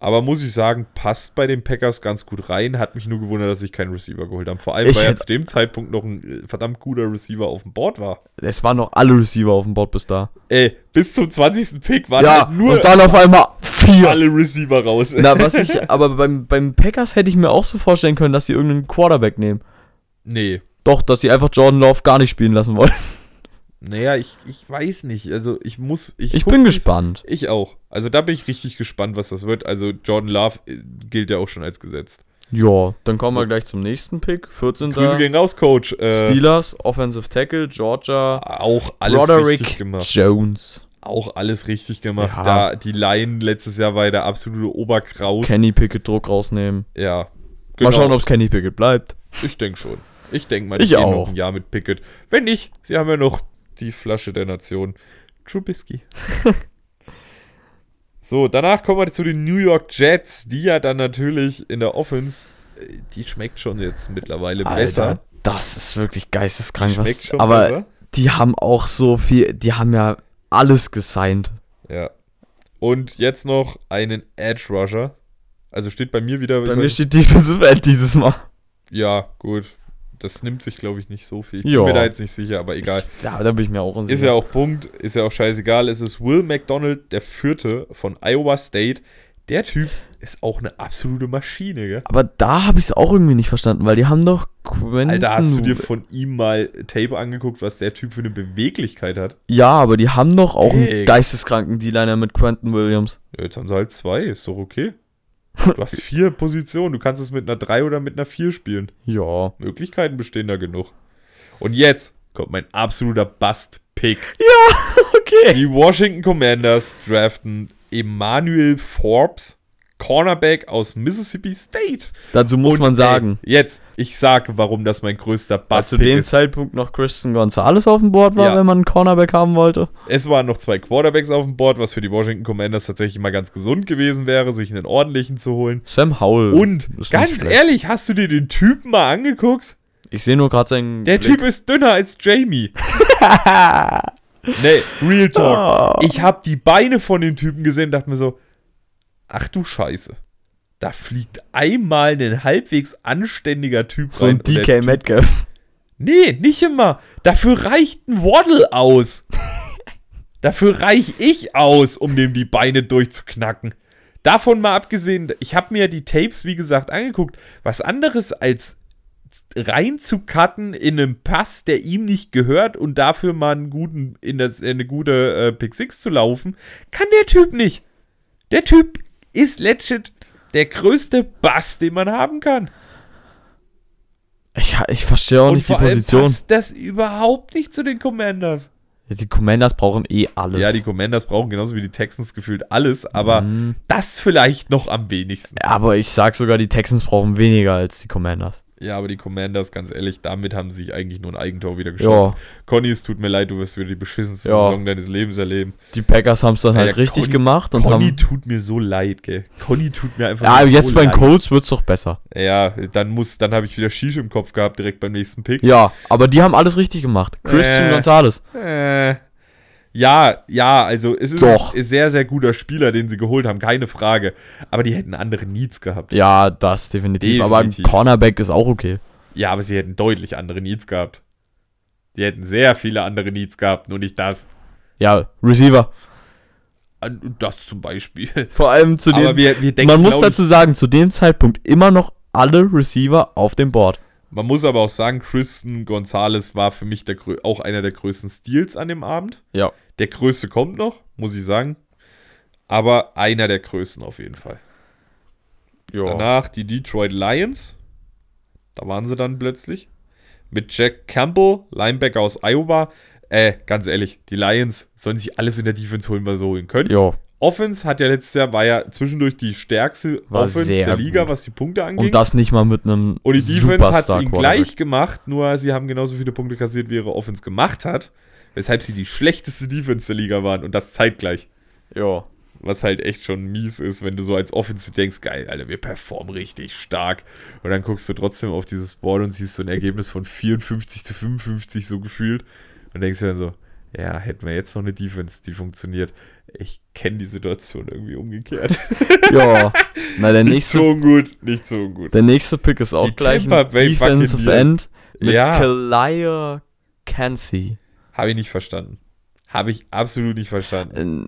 A: Aber muss ich sagen, passt bei den Packers ganz gut rein. Hat mich nur gewundert, dass sich kein Receiver geholt haben. Vor allem,
B: Ich
A: weil er
B: hätte-
A: zu dem Zeitpunkt noch ein äh, verdammt guter Receiver auf dem Board war.
B: Es waren noch alle Receiver auf dem Board bis da.
A: Ey, bis zum 20. Pick waren
B: ja,
A: halt nur
B: und dann auf einmal vier.
A: alle Receiver raus.
B: Na, was ich, aber beim, beim Packers hätte ich mir auch so vorstellen können, dass sie irgendeinen Quarterback nehmen.
A: Nee,
B: Doch, dass sie einfach Jordan Love gar nicht spielen lassen wollen.
A: Naja, ich, ich weiß nicht. Also ich muss.
B: Ich
A: guck
B: bin
A: dies-
B: gespannt.
A: Ich auch. Also da bin ich richtig gespannt, was das wird. Also Jordan Love äh, gilt ja auch schon als gesetzt.
B: Ja, dann kommen
A: So.
B: wir gleich zum nächsten Pick. 14.
A: Grüße gehen raus, Coach. Äh,
B: Steelers, Offensive Tackle, Georgia,
A: Auch alles richtig
B: Roderick
A: gemacht.
B: Jones,
A: Auch alles richtig gemacht.
B: Ja.
A: Da die Line letztes Jahr war ja der absolute Oberkraus.
B: Kenny Pickett Druck rausnehmen.
A: ja. Genau.
B: Mal schauen, ob es Kenny Pickett bleibt.
A: Ich denke schon. Ich denke mal,
B: Ich
A: gehen
B: auch.
A: noch ein Jahr mit Pickett. Wenn nicht, sie haben ja noch die Flasche der Nation. Trubisky. so, danach kommen wir zu den New York Jets, die ja dann natürlich in der Offense, äh, die schmeckt schon jetzt mittlerweile besser.
B: das ist wirklich geisteskrank.
A: Schmeckt
B: Was, aber die haben auch so viel, die haben ja alles gesigned.
A: Ja. Und jetzt noch einen Edge Rusher. Also steht bei mir wieder.
B: Bei
A: ich
B: mir
A: mein,
B: steht Defensive End dieses Mal.
A: ja, gut. Das nimmt sich, glaube ich, nicht so viel. Ich
B: Ja.
A: bin mir da jetzt nicht sicher, aber egal.
B: Ja, da bin ich mir auch unsicher.
A: Ist ja auch Punkt, ist ja auch scheißegal. Es ist Will McDonald, der Vierte von Iowa State. Der Typ ist auch eine absolute Maschine, gell?
B: Aber da habe ich es auch irgendwie nicht verstanden, weil die haben doch Quentin.
A: Alter, hast du dir von ihm mal Tape angeguckt, was der Typ für eine Beweglichkeit hat?
B: ja, aber die haben doch auch einen
A: Dick.
B: geisteskranken D-Liner mit Quentin Williams.
A: Ja, jetzt haben sie halt zwei, ist doch okay. Du hast vier Positionen, du kannst es mit einer 3 oder mit einer 4 spielen.
B: Ja.
A: Möglichkeiten bestehen da genug. Und jetzt kommt mein absoluter Bust-Pick.
B: Okay.
A: Die Washington Commanders draften Emmanuel Forbes, Cornerback aus Mississippi State.
B: Dazu muss
A: Und,
B: man sagen,
A: Ey, jetzt, ich sage, warum das mein größter
B: dass
A: Bass
B: zu dem
A: ist.
B: Zeitpunkt noch Christian Gonzalez auf dem Board war,
A: Ja.
B: wenn man einen Cornerback haben wollte.
A: Es waren noch zwei Quarterbacks auf dem Board, was für die Washington Commanders tatsächlich mal ganz gesund gewesen wäre, sich einen ordentlichen zu holen.
B: Sam Howell.
A: Und
B: Äh, ist nicht
A: ganz
B: schlecht.
A: ehrlich, hast du dir den Typen mal angeguckt?
B: Ich sehe nur gerade seinen.
A: Der
B: Hm, Blick.
A: Typ ist dünner als Jamie. nee, Real Talk.
B: Oh.
A: Ich habe die Beine von dem Typen gesehen und dachte mir so, ach du Scheiße. Da fliegt einmal ein halbwegs anständiger Typ
B: So ein
A: und der
B: DK
A: Typ-
B: Metcalf.
A: Nee, nicht immer. Dafür reicht ein Waddle aus. Dafür reich ich aus, um dem die Beine durchzuknacken. Davon mal abgesehen, ich habe mir die Tapes, wie gesagt, angeguckt. Was anderes als reinzukatten in einen Pass, der ihm nicht gehört und dafür mal einen guten, in das, in eine gute äh, Pick 6 zu laufen, kann der Typ nicht. Der Typ ist legit der größte Bass, den man haben kann.
B: Ich, ich verstehe auch nicht die
A: vor allem
B: Position.
A: passt das überhaupt nicht zu den Commanders.
B: Ja, die Commanders brauchen eh alles.
A: Ja, die Commanders brauchen genauso wie die Texans gefühlt alles, aber
B: Mhm.
A: das vielleicht noch am wenigsten.
B: Aber ich sag sogar, die Texans brauchen weniger als die Commanders.
A: Ja, aber die Commanders, ganz ehrlich, damit haben sie sich eigentlich nur ein Eigentor wieder geschossen.
B: Ja,
A: Conny, es tut mir leid, du wirst wieder die beschissenste
B: Ja.
A: Saison deines Lebens erleben.
B: die Packers haben es dann halt
A: Alter,
B: richtig
A: Conny-
B: gemacht und
A: Conny
B: haben.
A: tut mir so leid, gell. Conny tut mir einfach
B: Ja, also
A: nur
B: jetzt
A: so
B: bei den
A: leid.
B: Colts wird es doch besser.
A: Ja, dann muss, dann habe ich wieder Shish im Kopf gehabt, direkt beim nächsten Pick.
B: Ja, aber die haben alles richtig gemacht. Christian
A: Äh.
B: Gonzalez.
A: Äh, ja, ja, also es ist
B: Doch.
A: ein sehr, sehr guter Spieler, den sie geholt haben, keine Frage. Aber die hätten andere Needs gehabt.
B: Ja, das definitiv. Aber ein
A: Definitiv.
B: Cornerback ist auch okay.
A: Ja, aber sie hätten deutlich andere Needs gehabt. Die hätten sehr viele andere Needs gehabt, nur nicht das.
B: Ja, Receiver.
A: An- Das zum Beispiel.
B: Vor allem zu
A: Aber
B: dem.
A: wir, wir denken,
B: Also Man muss
A: glaub ich,
B: dazu sagen, zu dem Zeitpunkt immer noch alle Receiver auf dem Board.
A: man muss aber auch sagen, Christian Gonzalez war für mich der, grö- auch einer der größten Steals an dem Abend.
B: Ja.
A: Der größte kommt noch, muss ich sagen. Aber einer der größten auf jeden Fall. Danach die Detroit Lions. Da waren sie dann plötzlich. Mit Jack Campbell, Linebacker aus Iowa. Äh, ganz ehrlich, die Lions sollen sich alles in der Defense holen, was sie holen können.
B: Jo.
A: Offense hat ja letztes Jahr, war ja zwischendurch die stärkste
B: War
A: Offense
B: sehr
A: der Liga,
B: gut.
A: was die Punkte angeht.
B: Und das nicht mal mit einem
A: Und die Defense hat es ihnen
B: Superstar-Quarterback.
A: gleich gemacht, nur sie haben genauso viele Punkte kassiert, wie ihre Offense gemacht hat. Weshalb sie die schlechteste Defense der Liga waren und das zeitgleich.
B: Ja.
A: Was halt echt schon mies ist, wenn du so als Offensive denkst, geil, Alter, wir performen richtig stark. Und dann guckst du trotzdem auf dieses Board und siehst so ein Ergebnis von 54 zu 55 so gefühlt. Und denkst dir dann so, ja, hätten wir jetzt noch eine Defense, die funktioniert. Ich kenne die Situation irgendwie umgekehrt.
B: Ja. Na, der
A: nicht
B: nächste,
A: so gut, nicht so gut.
B: der nächste Pick ist auch
A: Die
B: gleich
A: Tampa
B: ein
A: Bay Buccaneers.
B: Defensive End mit
A: Ja.
B: Kalia Kansi.
A: Habe ich nicht verstanden. Habe ich absolut nicht verstanden.
B: Äh,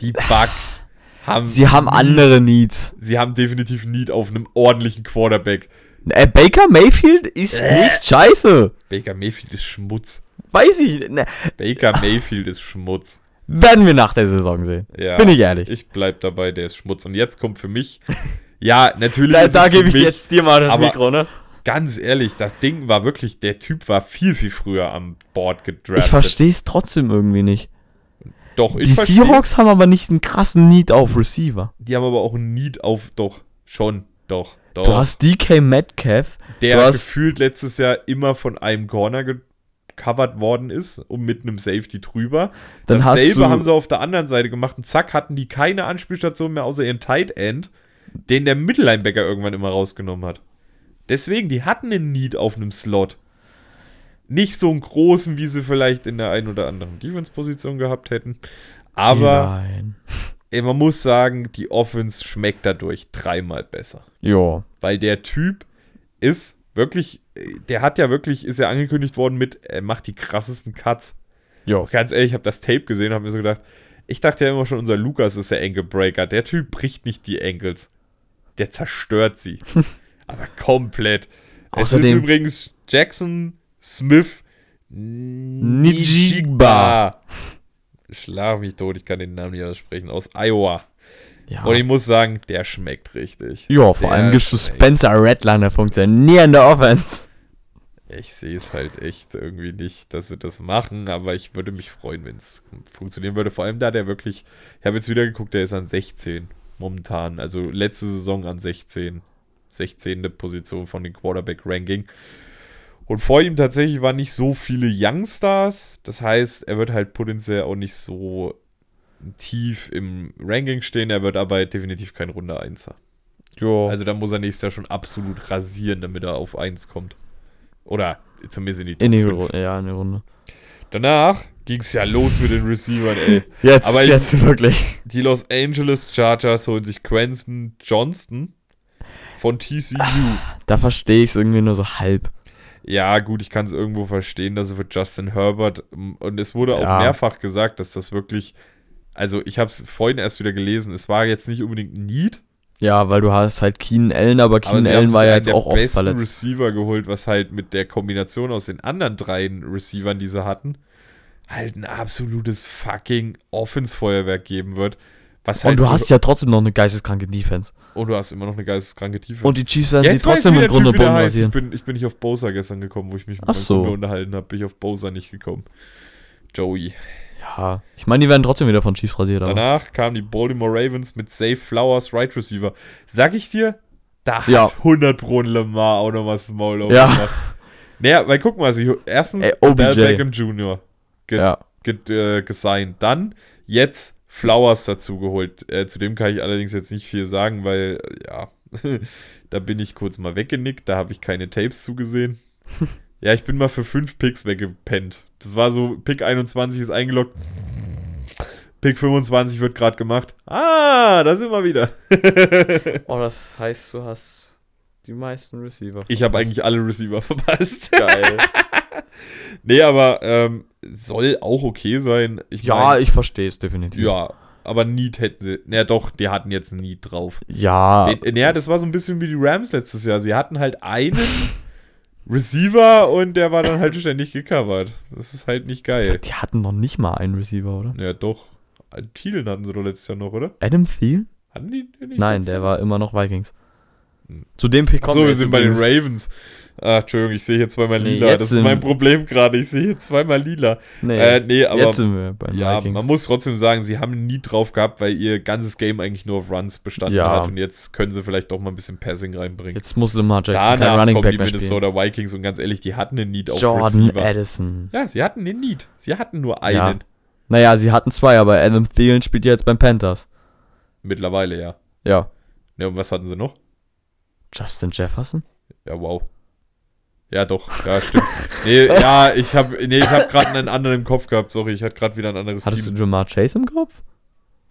A: Die Bugs haben.
B: Sie haben andere Needs.
A: Sie haben definitiv Need auf einem ordentlichen Quarterback.
B: Äh, Baker Mayfield ist nicht scheiße.
A: Baker Mayfield ist Schmutz.
B: Weiß ich nicht. Ne,
A: Baker Mayfield ist Schmutz.
B: werden wir nach der Saison sehen.
A: Ja.
B: Bin ich ehrlich.
A: Ich bleib dabei, der ist Schmutz. Und jetzt kommt für mich, ja, natürlich.
B: da
A: ist es
B: da
A: für
B: gebe ich
A: mich-
B: jetzt dir mal das
A: aber-
B: Mikro, ne?
A: Ganz ehrlich, das Ding war wirklich, der Typ war viel, viel früher am Board gedraftet.
B: Ich verstehe es trotzdem irgendwie nicht.
A: Doch, ich
B: die
A: versteh's.
B: Seahawks haben aber nicht einen krassen Need auf Receiver.
A: Die haben aber auch ein Need auf, doch, schon, doch, doch.
B: Du hast DK Metcalf.
A: der
B: du hast-
A: gefühlt letztes Jahr immer von einem Corner gecovert worden ist und mit einem Safety drüber.
B: Dann hast
A: Dasselbe
B: du-
A: haben sie auf der anderen Seite gemacht und zack hatten die keine Anspielstation mehr außer ihren Tight End, den der Mittellinebacker irgendwann immer rausgenommen hat. Deswegen, die hatten einen Need auf einem Slot. Nicht so einen großen, wie sie vielleicht in der einen oder anderen Defense-Position gehabt hätten. Aber
B: Nein.
A: ey, man muss sagen, die Offense schmeckt dadurch dreimal besser
B: Ja.
A: weil der Typ ist wirklich, äh, der hat ja wirklich, ist ja angekündigt worden mit, er macht die krassesten Cuts.
B: Ja.
A: Ganz ehrlich, ich habe das Tape gesehen, habe mir so gedacht, ich dachte ja immer schon, unser Lukas ist der Ankle Breaker. Der Typ bricht nicht die Ankles, der zerstört sie, aber komplett. es ist
B: Außerdem-
A: übrigens Jackson Smith
B: Nijigba.
A: Schlag mich tot, ich kann den Namen nicht aussprechen. Aus Iowa.
B: Ja.
A: Und ich muss sagen, der schmeckt richtig.
B: Ja, vor
A: Der
B: allem gibst du
A: schmeckt.
B: Spencer Rattler eine funktionierende Offense.
A: Ich sehe es halt echt irgendwie nicht, dass sie das machen, aber ich würde mich freuen, wenn es funktionieren würde. Vor allem da der wirklich, ich habe jetzt wieder geguckt, der ist an 16 momentan, also letzte Saison an 16. 16. Position von dem Quarterback-Ranking. Und vor ihm tatsächlich waren nicht so viele Youngstars. Das heißt, er wird halt potenziell auch nicht so tief im Ranking stehen. Er wird aber definitiv kein Runde 1er.
B: Jo.
A: Also da muss er nächstes Jahr schon absolut rasieren, damit er auf 1 kommt. Oder zumindest in die Top
B: in die
A: fünf.
B: Runde. Ja, in die Runde.
A: Danach ging es ja los mit den Receivern, ey.
B: Jetzt,
A: Aber ich-
B: jetzt wirklich.
A: Die Los Angeles Chargers holen sich Quentin Johnston von TCU.
B: Da verstehe ich es irgendwie nur so halb.
A: Ja, gut, ich kann es irgendwo verstehen, dass er für Justin Herbert m, und es wurde auch
B: Ja.
A: mehrfach gesagt, dass das wirklich, also ich habe es vorhin erst wieder gelesen, es war jetzt nicht unbedingt ein Need,
B: Ja, weil du hast halt Keenan Allen, aber
A: aber
B: Keenan
A: sie haben
B: Allen
A: sich
B: war ja
A: einen
B: jetzt
A: der
B: auch oft
A: besten
B: verletzt.
A: Receiver geholt, was halt mit der Kombination aus den anderen dreien Receivern, die sie hatten, halt ein absolutes fucking Offensfeuerwerk geben wird. Was
B: Und
A: halt
B: du
A: so-
B: hast ja trotzdem noch eine geisteskranke Defense.
A: Und du hast immer noch eine geisteskranke Tiefe.
B: Und die Chiefs werden sie
A: weiß
B: trotzdem
A: ich, wie
B: im
A: der
B: Grunde
A: Typ wieder
B: Boden
A: heißt. ich
B: rasieren.
A: bin, ich bin nicht auf Bowser gestern gekommen, wo ich mich mit
B: Ach so.
A: Kumpel unterhalten habe. Bin ich auf Bowser nicht gekommen. Joey.
B: Ja. Ich meine, die werden trotzdem wieder von Chiefs rasiert. Aber.
A: Danach kamen die Baltimore Ravens mit Safe Flowers Right Receiver. Sag ich dir, Da
B: Ja.
A: hat 100 Pro ein Lamar auch noch was Maul
B: Ja.
A: aufgemacht. Naja, weil guck mal, sie, erstens
B: Ey, OBJ.
A: Odell Beckham Jr. Ge
B: Ja.
A: ge äh, gesigned. Dann jetzt Flowers dazu geholt. Äh, zu dem kann ich allerdings jetzt nicht viel sagen, weil, äh, ja, da bin ich kurz mal weggenickt, da habe ich keine Tapes zugesehen. ja, ich bin mal für fünf Picks weggepennt. Das war so, Pick 21 ist eingeloggt. Pick 25 wird gerade gemacht. Ah, da sind wir wieder.
B: Oh, das heißt, du hast die meisten Receiver.
A: Ich habe eigentlich alle Receiver verpasst.
B: geil.
A: nee, aber ähm, soll auch okay sein. Ich
B: ja,
A: mein,
B: ich verstehe es definitiv.
A: ja, aber Need hätten sie. Naja, doch, die hatten jetzt ein Need drauf.
B: Ja.
A: Den- Naja, das war so ein bisschen wie die Rams letztes Jahr. Sie hatten halt einen Receiver und der war dann halt ständig gecovert. Das ist halt nicht geil.
B: Die hatten noch nicht mal einen Receiver, oder?
A: Ja, doch. Thielen hatten sie doch letztes Jahr noch, oder?
B: Adam Thielen?
A: Hatten die den nicht
B: Nein,
A: letztes
B: der
A: Jahr?
B: war immer noch Vikings. Zu dem Pick
A: Hm. Ach so,
B: kommen
A: wir
B: jetzt
A: sind bei den
B: übrigens-
A: Ravens. Ach, Entschuldigung, ich sehe hier zweimal
B: Nee,
A: lila.
B: jetzt
A: das ist
B: sind-
A: mein Problem gerade. Ich sehe hier zweimal lila.
B: Nee,
A: Äh, nee, aber
B: jetzt sind wir bei den
A: ja,
B: Vikings.
A: man muss trotzdem sagen, sie haben nie drauf gehabt, weil ihr ganzes Game eigentlich nur auf Runs bestanden
B: Ja.
A: hat. Und jetzt können sie vielleicht doch mal ein bisschen Passing reinbringen.
B: jetzt muss Lamar Jackson kein
A: Danach
B: Running
A: kommen die
B: Back mehr spielen.
A: Minnesota Vikings und ganz ehrlich, die hatten einen Need auf
B: Jordan
A: Receiver.
B: Addison.
A: Ja, sie hatten den Need. Sie hatten nur einen.
B: Ja. Naja, sie hatten zwei, aber Adam Thielen spielt jetzt beim Panthers.
A: Mittlerweile, ja.
B: Ja.
A: Ja, und was hatten sie noch?
B: Justin Jefferson?
A: Ja, wow. Ja, doch. Ja, stimmt. nee, ja, ich habe nee, ich hab gerade einen anderen im Kopf gehabt. Sorry, ich hatte gerade wieder ein anderes
B: Hattest du
A: Team.
B: Jamar Chase im Kopf?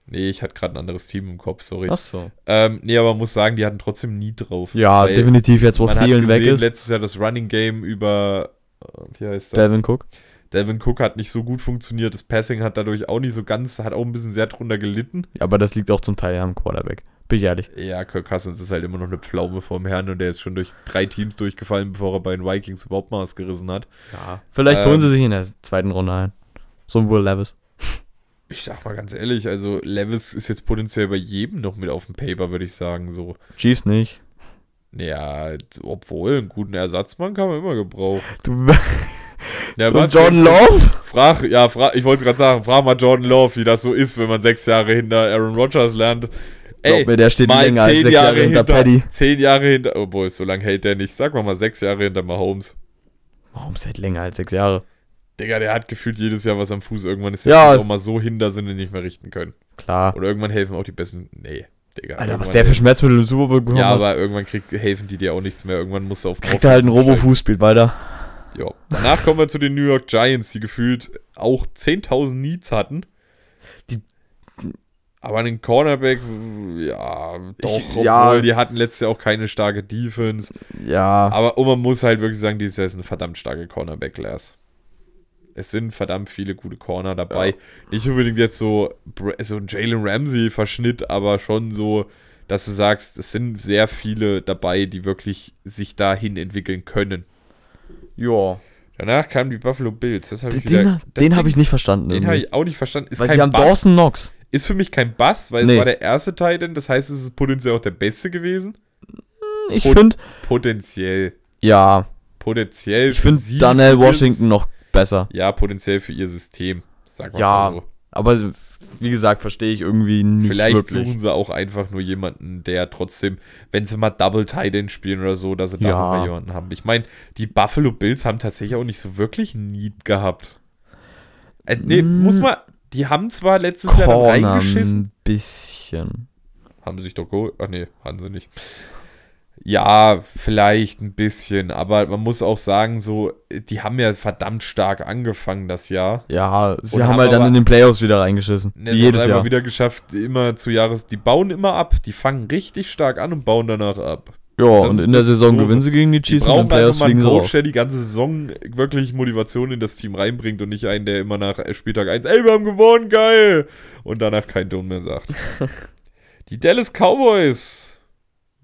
A: Nee, ich hatte gerade ein anderes Team im Kopf, sorry.
B: so.
A: Ähm, nee, aber muss sagen, die hatten trotzdem nie drauf.
B: Ja,
A: Weil
B: definitiv jetzt, wo
A: Man hat
B: Thielen
A: gesehen,
B: weg ist.
A: letztes Jahr das Running Game über äh, wie heißt der?
B: Devin Cook.
A: Devin Cook hat nicht so gut funktioniert. Das Passing hat dadurch auch nicht so ganz, hat auch ein bisschen sehr drunter gelitten.
B: Ja, aber das liegt auch zum Teil am Quarterback. Bin ich ehrlich.
A: Ja, Kirk Cousins ist halt immer noch eine Pflaume vorm Herrn und der ist schon durch drei Teams durchgefallen, bevor er bei den Vikings überhaupt mal was gerissen hat.
B: Ja. Vielleicht
A: Ähm.
B: holen sie sich in der zweiten Runde ein. So ein Will Levis.
A: Ich sag mal ganz ehrlich, also Levis ist jetzt potenziell bei jedem noch mit auf dem Paper, würde ich sagen. So,
B: Chiefs nicht.
A: ja, obwohl, einen guten Ersatzmann kann man immer gebrauchen.
B: Du,
A: Ja,
B: so
A: was?
B: Jordan Love?
A: Frag, ja, frag, ich wollte gerade sagen, frag mal Jordan Love, wie das so ist, wenn man sechs Jahre hinter Aaron Rodgers lernt. Ey,
B: Glaub mir, der steht
A: mal
B: länger als
A: zehn
B: sechs
A: Jahre
B: Jahre hinter
A: hinter
B: Paddy.
A: zehn Jahre hinter, obwohl, so lange hält der nicht, sag mal mal sechs Jahre hinter Mahomes.
B: Warum seit länger als sechs Jahre?
A: Digga, der hat gefühlt jedes Jahr was am Fuß. Irgendwann ist
B: Ja,
A: der Fuß
B: es-
A: auch mal so hin, dass sie ihn nicht mehr richten können.
B: Klar.
A: Oder irgendwann helfen auch die besten. Nee, Digga.
B: Alter, was
A: irgendwann
B: der für Schmerzmittel im Super Bowl bekommen
A: Ja,
B: hat.
A: aber irgendwann kriegt, helfen die dir auch nichts mehr. Irgendwann musst du auf
B: Kriegt er halt einen Robo-Fuß, spielt weiter.
A: Ja. Danach kommen wir zu den New York Giants, die gefühlt auch 10.000 Needs hatten.
B: Die-
A: aber einen Cornerback, ja, doch, obwohl
B: ja.
A: die hatten letztes Jahr auch keine starke Defense.
B: Ja.
A: Aber und man muss halt wirklich sagen, dieses Jahr ist eine verdammt starke Cornerback-Class. Es sind verdammt viele gute Corner dabei. Nicht unbedingt jetzt so, Br- so ein Jalen Ramsey-Verschnitt, aber schon so, dass du sagst, es sind sehr viele dabei, die wirklich sich dahin entwickeln können.
B: Ja.
A: Danach kamen die Buffalo Bills. Das hab ich wieder-
B: Den,
A: das
B: den habe
A: Ding-
B: ich nicht verstanden.
A: Den habe
B: irgendwie.
A: ich auch nicht verstanden. Ist,
B: Weil sie
A: kein
B: haben
A: Bass.
B: Dawson Knox.
A: ist für mich kein Bass, weil
B: Nee.
A: es war der erste Titan. Das heißt, es ist potenziell auch der beste gewesen.
B: Ich
A: Und-
B: finde,
A: Potenziell.
B: ja,
A: Potenziell.
B: ich
A: für
B: finde
A: sie,
B: Daniel
A: für ihr-
B: Washington noch besser.
A: Ja, potenziell für ihr System. Sag mal
B: Ja,
A: so.
B: aber wie gesagt, verstehe ich irgendwie nicht
A: Vielleicht
B: wirklich.
A: suchen sie auch einfach nur jemanden, der trotzdem, wenn sie mal Double Titan spielen oder so, dass sie da
B: Ja.
A: noch mal jemanden haben. Ich meine, die Buffalo Bills haben tatsächlich auch nicht so wirklich ein Need gehabt. Äh, nee,
B: Mm.
A: muss man. Die haben zwar letztes
B: Corner
A: Jahr dann reingeschissen.
B: ein bisschen.
A: Haben sie sich doch geholt? Ach nee, haben sie nicht. Ja, vielleicht ein bisschen, aber man muss auch sagen, so, die haben ja verdammt stark angefangen das Jahr.
B: Ja, sie
A: Und
B: haben
A: haben
B: halt dann
A: aber-
B: in den Playoffs wieder reingeschissen.
A: Ne,
B: Wie
A: sie
B: jedes
A: haben
B: Jahr.
A: wieder geschafft, immer zu Jahres. Die bauen immer ab, die fangen richtig stark an und bauen danach ab.
B: Ja,
A: Das
B: und
A: ist
B: in der
A: das
B: Saison
A: Große.
B: gewinnen sie gegen die
A: Die
B: Chiefs und in den
A: brauchen
B: Playoffs
A: einfach mal
B: fliegen
A: einen
B: sie
A: Coach,
B: raus.
A: der die ganze Saison wirklich Motivation in das Team reinbringt und nicht einen, der immer nach äh, Spieltag 1, ey, wir haben gewonnen, geil! Und danach kein Ton mehr sagt. die Dallas Cowboys.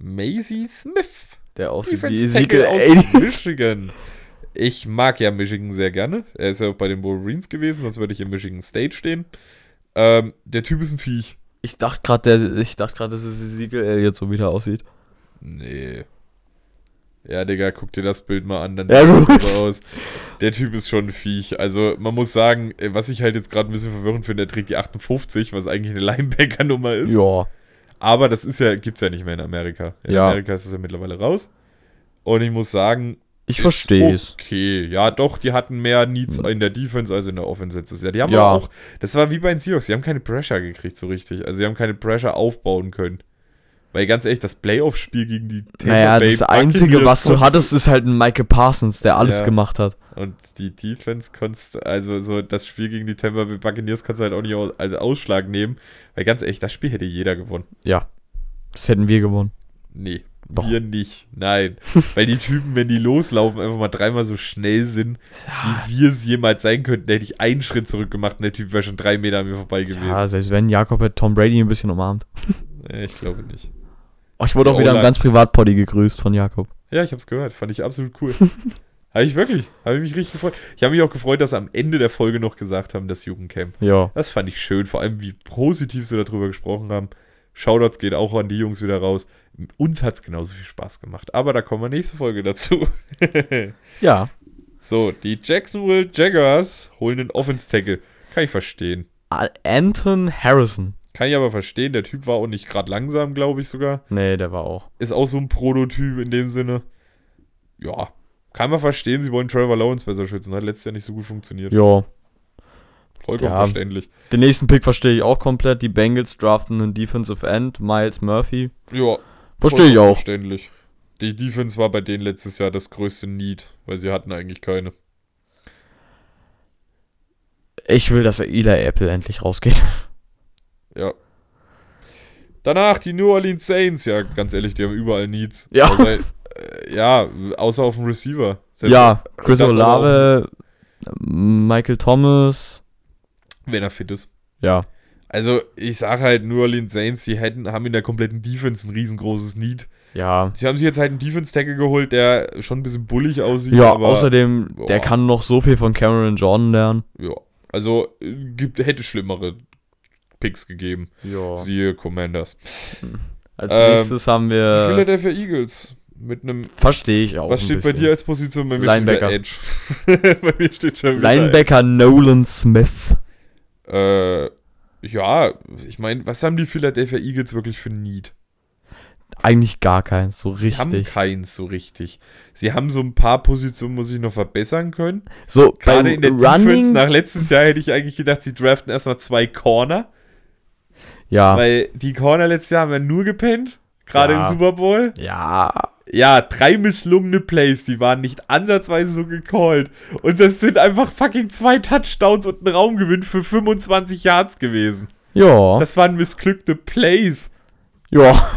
A: Maisie Smith.
B: Der aussieht wie
A: Defense
B: Ezekiel
A: Tackle
B: Elliott.
A: aus Michigan. Ich mag ja Michigan sehr gerne. Er ist ja auch bei den Wolverines gewesen, sonst würde ich im Michigan State stehen. Ähm, der Typ ist ein Viech.
B: Ich dachte gerade, ich dachte gerade, dass es Ezekiel Elliott so wieder aussieht.
A: Nee. Ja, Digga, guck dir das Bild mal an, dann
B: Ja,
A: sieht
B: gut.
A: das so aus. Der Typ ist schon ein Viech. Also, man muss sagen, äh, was ich halt jetzt gerade ein bisschen verwirrend finde, der trägt die 58, was eigentlich eine Linebacker-Nummer ist.
B: Ja.
A: Aber das ist ja, gibt es ja nicht mehr in Amerika. In
B: Ja.
A: Amerika ist es ja mittlerweile raus. Und ich muss sagen,
B: Ich
A: ist
B: verstehe es.
A: Okay, ja, doch, die hatten mehr Needs in der Defense als in der Offense letztes Jahr. Die haben
B: Ja.
A: aber auch, das war wie bei den Seahawks, die haben keine Pressure gekriegt so richtig. Also, die haben keine Pressure aufbauen können. Weil ganz ehrlich, das Playoff-Spiel gegen die Tampa
B: Naja,
A: Bay
B: das Einzige, was du
A: Buccaneers-
B: hattest, ist halt ein Michael Parsons, der alles
A: Ja.
B: gemacht hat.
A: Und die Defense konntest, also so das Spiel gegen die Tampa Bay Buccaneers kannst du halt auch nicht aus, als Ausschlag nehmen. Weil ganz ehrlich, das Spiel hätte jeder gewonnen.
B: Ja. Das hätten wir gewonnen.
A: Nee,
B: Doch.
A: wir nicht. Nein. Weil die Typen, wenn die loslaufen, einfach mal dreimal so schnell sind, wie wir es jemals sein könnten. Da hätte ich einen Schritt zurück gemacht und der Typ wäre schon drei Meter an mir vorbei gewesen.
B: Ja, selbst wenn Jakob hätte Tom Brady ein bisschen umarmt.
A: Nee, ich glaube nicht.
B: Oh, ich wurde
A: Die
B: auch wieder im
A: O-Line.
B: ganz Privatpoddy gegrüßt von Jakob.
A: Ja, ich habe es gehört. Fand ich absolut cool. habe ich wirklich. Habe ich mich richtig gefreut. Ich habe mich auch gefreut, dass sie am Ende der Folge noch gesagt haben, das Jugendcamp.
B: Ja.
A: Das fand ich schön. Vor allem, wie positiv sie darüber gesprochen haben. Shoutouts geht auch an die Jungs wieder raus. Uns hat es genauso viel Spaß gemacht. Aber da kommen wir nächste Folge dazu.
B: Ja.
A: So, die Jacksonville Jaguars holen den Offense-Tackle. Kann ich verstehen.
B: Anton Harrison.
A: Kann ich aber verstehen. Der Typ war auch nicht gerade langsam, glaube ich sogar.
B: Nee, der war auch.
A: Ist auch so ein Prototyp in dem Sinne. Ja, kann man verstehen. Sie wollen Trevor Lawrence besser schützen. Hat letztes Jahr nicht so gut funktioniert.
B: Ja.
A: Vollkommen
B: ja.
A: verständlich.
B: Den nächsten Pick verstehe ich auch komplett. Die Bengals draften einen Defensive End, Miles Murphy.
A: Ja,
B: Verstehe ich
A: vollkommen
B: auch.
A: Verständlich. Die Defense war bei denen letztes Jahr das größte Need, weil sie hatten eigentlich keine.
B: Ich will, dass Eli Apple endlich rausgeht.
A: Ja. Danach die New Orleans Saints. Ja, ganz ehrlich, die haben überall Needs.
B: Ja.
A: Außer, äh, ja, außer auf dem Receiver. Selbst
B: ja, Chris
A: das aber auch-
B: Olave, Michael Thomas.
A: Wenn er fit ist.
B: Ja.
A: Also, ich sage halt, New Orleans Saints, die hätten, haben in der kompletten Defense ein riesengroßes Need.
B: Ja.
A: Sie haben sich jetzt halt einen Defense-Tackle geholt, der schon ein bisschen bullig aussieht.
B: Ja,
A: aber,
B: außerdem, der
A: boah.
B: kann noch so viel von Cameron Jordan lernen.
A: Ja. Also, äh, gibt, hätte schlimmere Picks gegeben.
B: Ja.
A: Siehe Commanders.
B: Als
A: Ähm,
B: nächstes haben wir.
A: Philadelphia Eagles mit einem.
B: Verstehe ich Äh, auch.
A: Was
B: ein
A: steht bei
B: bisschen.
A: dir als Position? Bei mir
B: Linebacker.
A: steht wieder Edge. bei mir steht schon wieder Edge.
B: Linebacker Nolan Smith.
A: Äh, ja, ich meine, was haben die Philadelphia Eagles wirklich für Need?
B: Eigentlich gar keins, so
A: Die haben
B: richtig.
A: keins so richtig. Sie haben so ein paar Positionen, muss ich noch verbessern können.
B: So,
A: Gerade in der Defense
B: Running.
A: nach letztes Jahr hätte ich eigentlich gedacht, sie draften erstmal zwei Corner,
B: ja.
A: weil die Corner letztes Jahr haben ja nur gepennt. Gerade
B: Ja.
A: im Super Bowl.
B: Ja.
A: Ja, drei misslungene Plays, die waren nicht ansatzweise so gecallt. Und das sind einfach fucking zwei Touchdowns und ein Raumgewinn für 25 Yards gewesen.
B: Ja.
A: Das waren missglückte Plays.
B: Ja.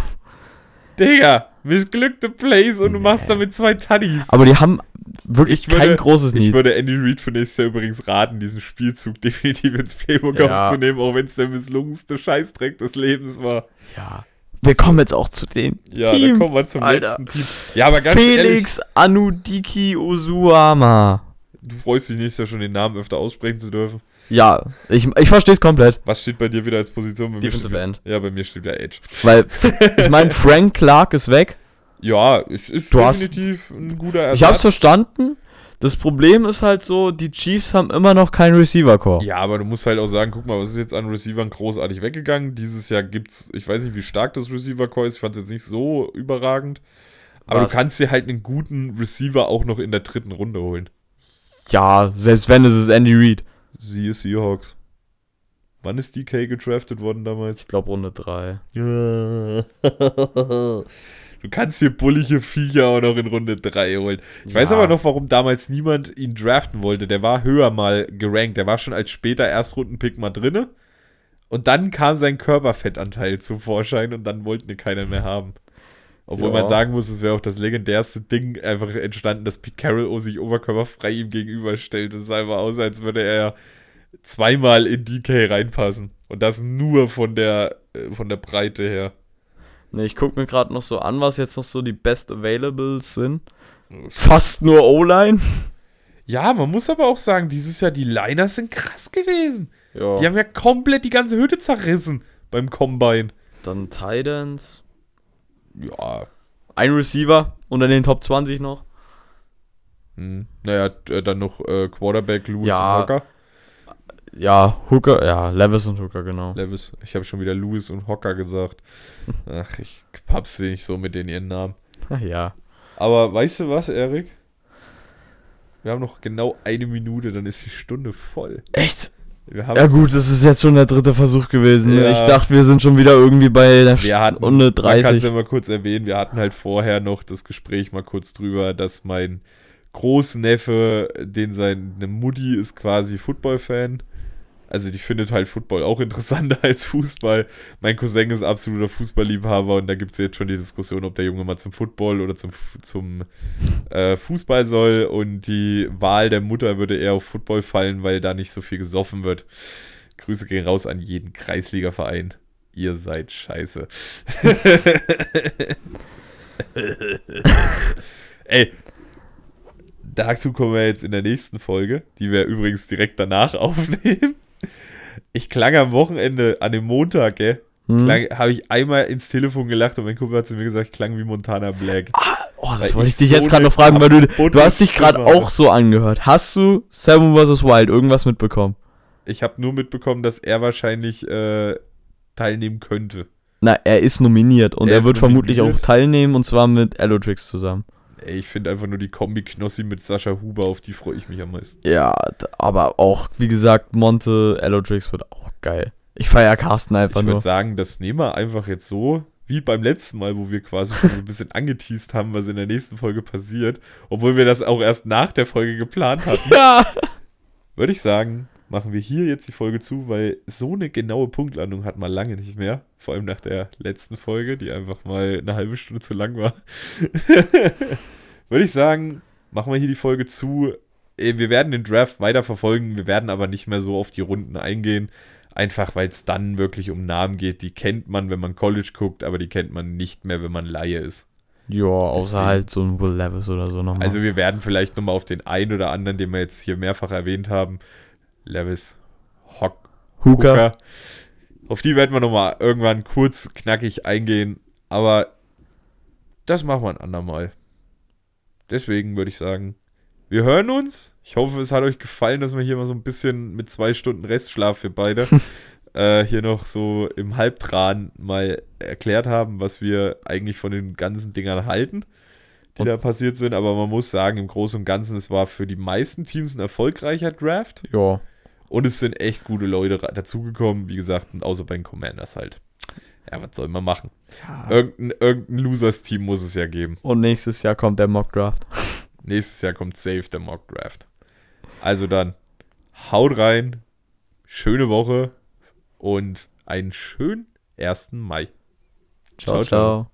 A: Digga, missglückte Plays und du machst damit zwei Tuddies.
B: Aber die haben wirklich
A: Ich würde-
B: kein großes
A: Ich
B: Need.
A: würde Andy Reid für nächstes Jahr übrigens raten, diesen Spielzug definitiv ins Playbook
B: Ja.
A: aufzunehmen, auch wenn es der misslungenste Scheißdreck des Lebens war.
B: Ja. Wir kommen jetzt auch zu den
A: Ja,
B: Team.
A: dann kommen wir zum
B: Alter.
A: letzten Team. Ja, aber ganz ehrlich,
B: Felix Anudiki Usuama.
A: du freust dich nächstes Jahr schon, den Namen öfter aussprechen zu dürfen.
B: Ja, ich, ich verstehe es komplett.
A: Was steht bei dir wieder als Position? Bei mir
B: Defensive
A: steht,
B: End.
A: Ja, bei mir steht wieder Edge.
B: Weil, ich meine, Frank Clark ist weg.
A: Ja, es ist
B: Du hast-
A: definitiv ein guter Ersatz.
B: Ich hab's verstanden. Das Problem ist halt so, die Chiefs haben immer noch keinen Receiver-Core.
A: Ja, aber du musst halt auch sagen, guck mal, was ist jetzt an Receivern großartig weggegangen? Dieses Jahr gibt's, ich weiß nicht, wie stark das Receiver-Core ist, ich fand's jetzt nicht so überragend. Aber
B: Was?
A: du kannst dir halt einen guten Receiver auch noch in der dritten Runde holen.
B: Ja, selbst wenn, ist es Andy Reid.
A: Siehe Seahawks. Wann ist DK gedraftet worden damals?
B: Ich glaube Runde 3.
A: du kannst dir bullige Viecher auch noch in Runde 3 holen. Ich weiß
B: Ja.
A: aber noch, warum damals niemand ihn draften wollte. Der war höher mal gerankt. Der war schon als später Erstrundenpick mal drinne. Und dann kam sein Körperfettanteil zum Vorschein und dann wollten ihn keiner mehr haben. Obwohl
B: Ja.
A: man sagen muss, es wäre auch das legendärste Ding einfach entstanden, dass Pete Carroll oh, sich oberkörperfrei ihm gegenüberstellt. Es sah einfach aus, als würde er zweimal in DK reinpassen. Und das nur von der, äh, von der Breite her.
B: Ne, ich guck mir gerade noch so an, was jetzt noch so die Best Availables sind. Fast nur O-Line.
A: Ja, man muss aber auch sagen, dieses Jahr die Liners sind krass gewesen.
B: Ja.
A: Die haben ja komplett die ganze Hütte zerrissen beim Combine.
B: Dann Titans.
A: Ja.
B: Ein Receiver unter den Top 20 noch.
A: Hm. Naja, t- äh, dann noch äh, Quarterback Lewis
B: Ja.
A: Walker.
B: Ja, Hooker, ja, Levis und Hooker, genau.
A: Levis. Ich habe schon wieder Lewis und Hocker gesagt. Ach, ich papp's nicht so mit den ihren Namen.
B: Ach ja.
A: Aber weißt du was, Erik? Wir haben noch genau eine Minute, dann ist die Stunde voll.
B: Echt?
A: Wir haben,
B: Ja gut, das ist jetzt schon der dritte Versuch gewesen. ne?
A: Ja.
B: Ich dachte, wir sind schon wieder irgendwie bei der
A: wir hatten,
B: Stunde
A: Man kann
B: 30.
A: es mal kurz erwähnen, wir hatten halt vorher noch das Gespräch mal kurz drüber, dass mein Großneffe, den seine Mutti ist quasi Football-Fan. Also die findet halt Football auch interessanter als Fußball. Mein Cousin ist absoluter Fußballliebhaber und da gibt es jetzt schon die Diskussion, ob der Junge mal zum Football oder zum, zum äh, Fußball soll. Und die Wahl der Mutter würde eher auf Football fallen, weil da nicht so viel gesoffen wird. Grüße gehen raus an jeden Kreisligaverein. Ihr seid scheiße. Ey, dazu kommen wir jetzt in der nächsten Folge, die wir übrigens direkt danach aufnehmen. Ich klang am Wochenende, an dem Montag, gell?
B: Hm?
A: Klang- Habe ich einmal ins Telefon gelacht und mein Kumpel hat zu mir gesagt, ich klang wie Montana Black.
B: Oh,
A: weil
B: das wollte
A: ich
B: ich dich
A: so
B: jetzt gerade
A: eine
B: noch fragen, weil du,
A: kaputte
B: du hast dich gerade
A: Stimme
B: auch so angehört. Hast du Seven vs. Wild irgendwas mitbekommen?
A: Ich habe nur mitbekommen, dass er wahrscheinlich äh, teilnehmen könnte.
B: Na, er ist nominiert und
A: Er
B: er,
A: ist
B: wird vermutlich auch
A: nominiert.
B: teilnehmen und zwar mit Allotrix zusammen.
A: Ey, ich finde einfach nur die Kombi Knossi mit Sascha Huber, auf die freue ich mich am meisten.
B: Ja, d- aber auch, wie gesagt, Monte, Allotrix wird auch geil. Ich feier Carsten einfach
A: Ich
B: nur.
A: würde sagen, das nehmen wir einfach jetzt so, wie beim letzten Mal, wo wir quasi schon so ein bisschen angeteased haben, was in der nächsten Folge passiert, obwohl wir das auch erst nach der Folge geplant hatten.
B: Ja!
A: Würde ich sagen, machen wir hier jetzt die Folge zu, weil so eine genaue Punktlandung hat man lange nicht mehr. Vor allem nach der letzten Folge, die einfach mal eine halbe Stunde zu lang war. Würde ich sagen, machen wir hier die Folge zu. Äh, Wir werden den Draft weiter verfolgen, wir werden aber nicht mehr so auf die Runden eingehen. Einfach weil es dann wirklich um Namen geht. Die kennt man, wenn man College guckt, aber die kennt man nicht mehr, wenn man Laie ist.
B: Ja, außer
A: Deswegen.
B: halt so ein Will Levis oder so nochmal.
A: Also wir werden vielleicht nochmal auf den einen oder anderen, den wir jetzt hier mehrfach erwähnt haben, Levis, Hock,
B: Hooker.
A: Hooker. Auf die werden wir nochmal irgendwann kurz knackig eingehen, aber das machen wir ein andermal. Deswegen würde ich sagen, wir hören uns. Ich hoffe, es hat euch gefallen, dass wir hier mal so ein bisschen mit zwei Stunden Restschlaf für beide äh, hier noch so im Halbtran mal erklärt haben, was wir eigentlich von den ganzen Dingern halten, die
B: Und-
A: da passiert sind. Aber man muss sagen, im Großen und Ganzen, es war für die meisten Teams ein erfolgreicher Draft.
B: Ja.
A: Und es sind echt gute Leute ra- dazugekommen, wie gesagt, und außer bei den Commanders halt. Ja, was soll man machen? Ah. Irgendein, irgendein Losers-Team muss es ja geben.
B: Und nächstes Jahr kommt der Mock Draft.
A: Nächstes Jahr kommt safe der Mock Draft. Also dann, haut rein, schöne Woche und einen schönen 1. Mai. Ciao,
B: Ciao, ciao.
A: ciao.
B: ciao.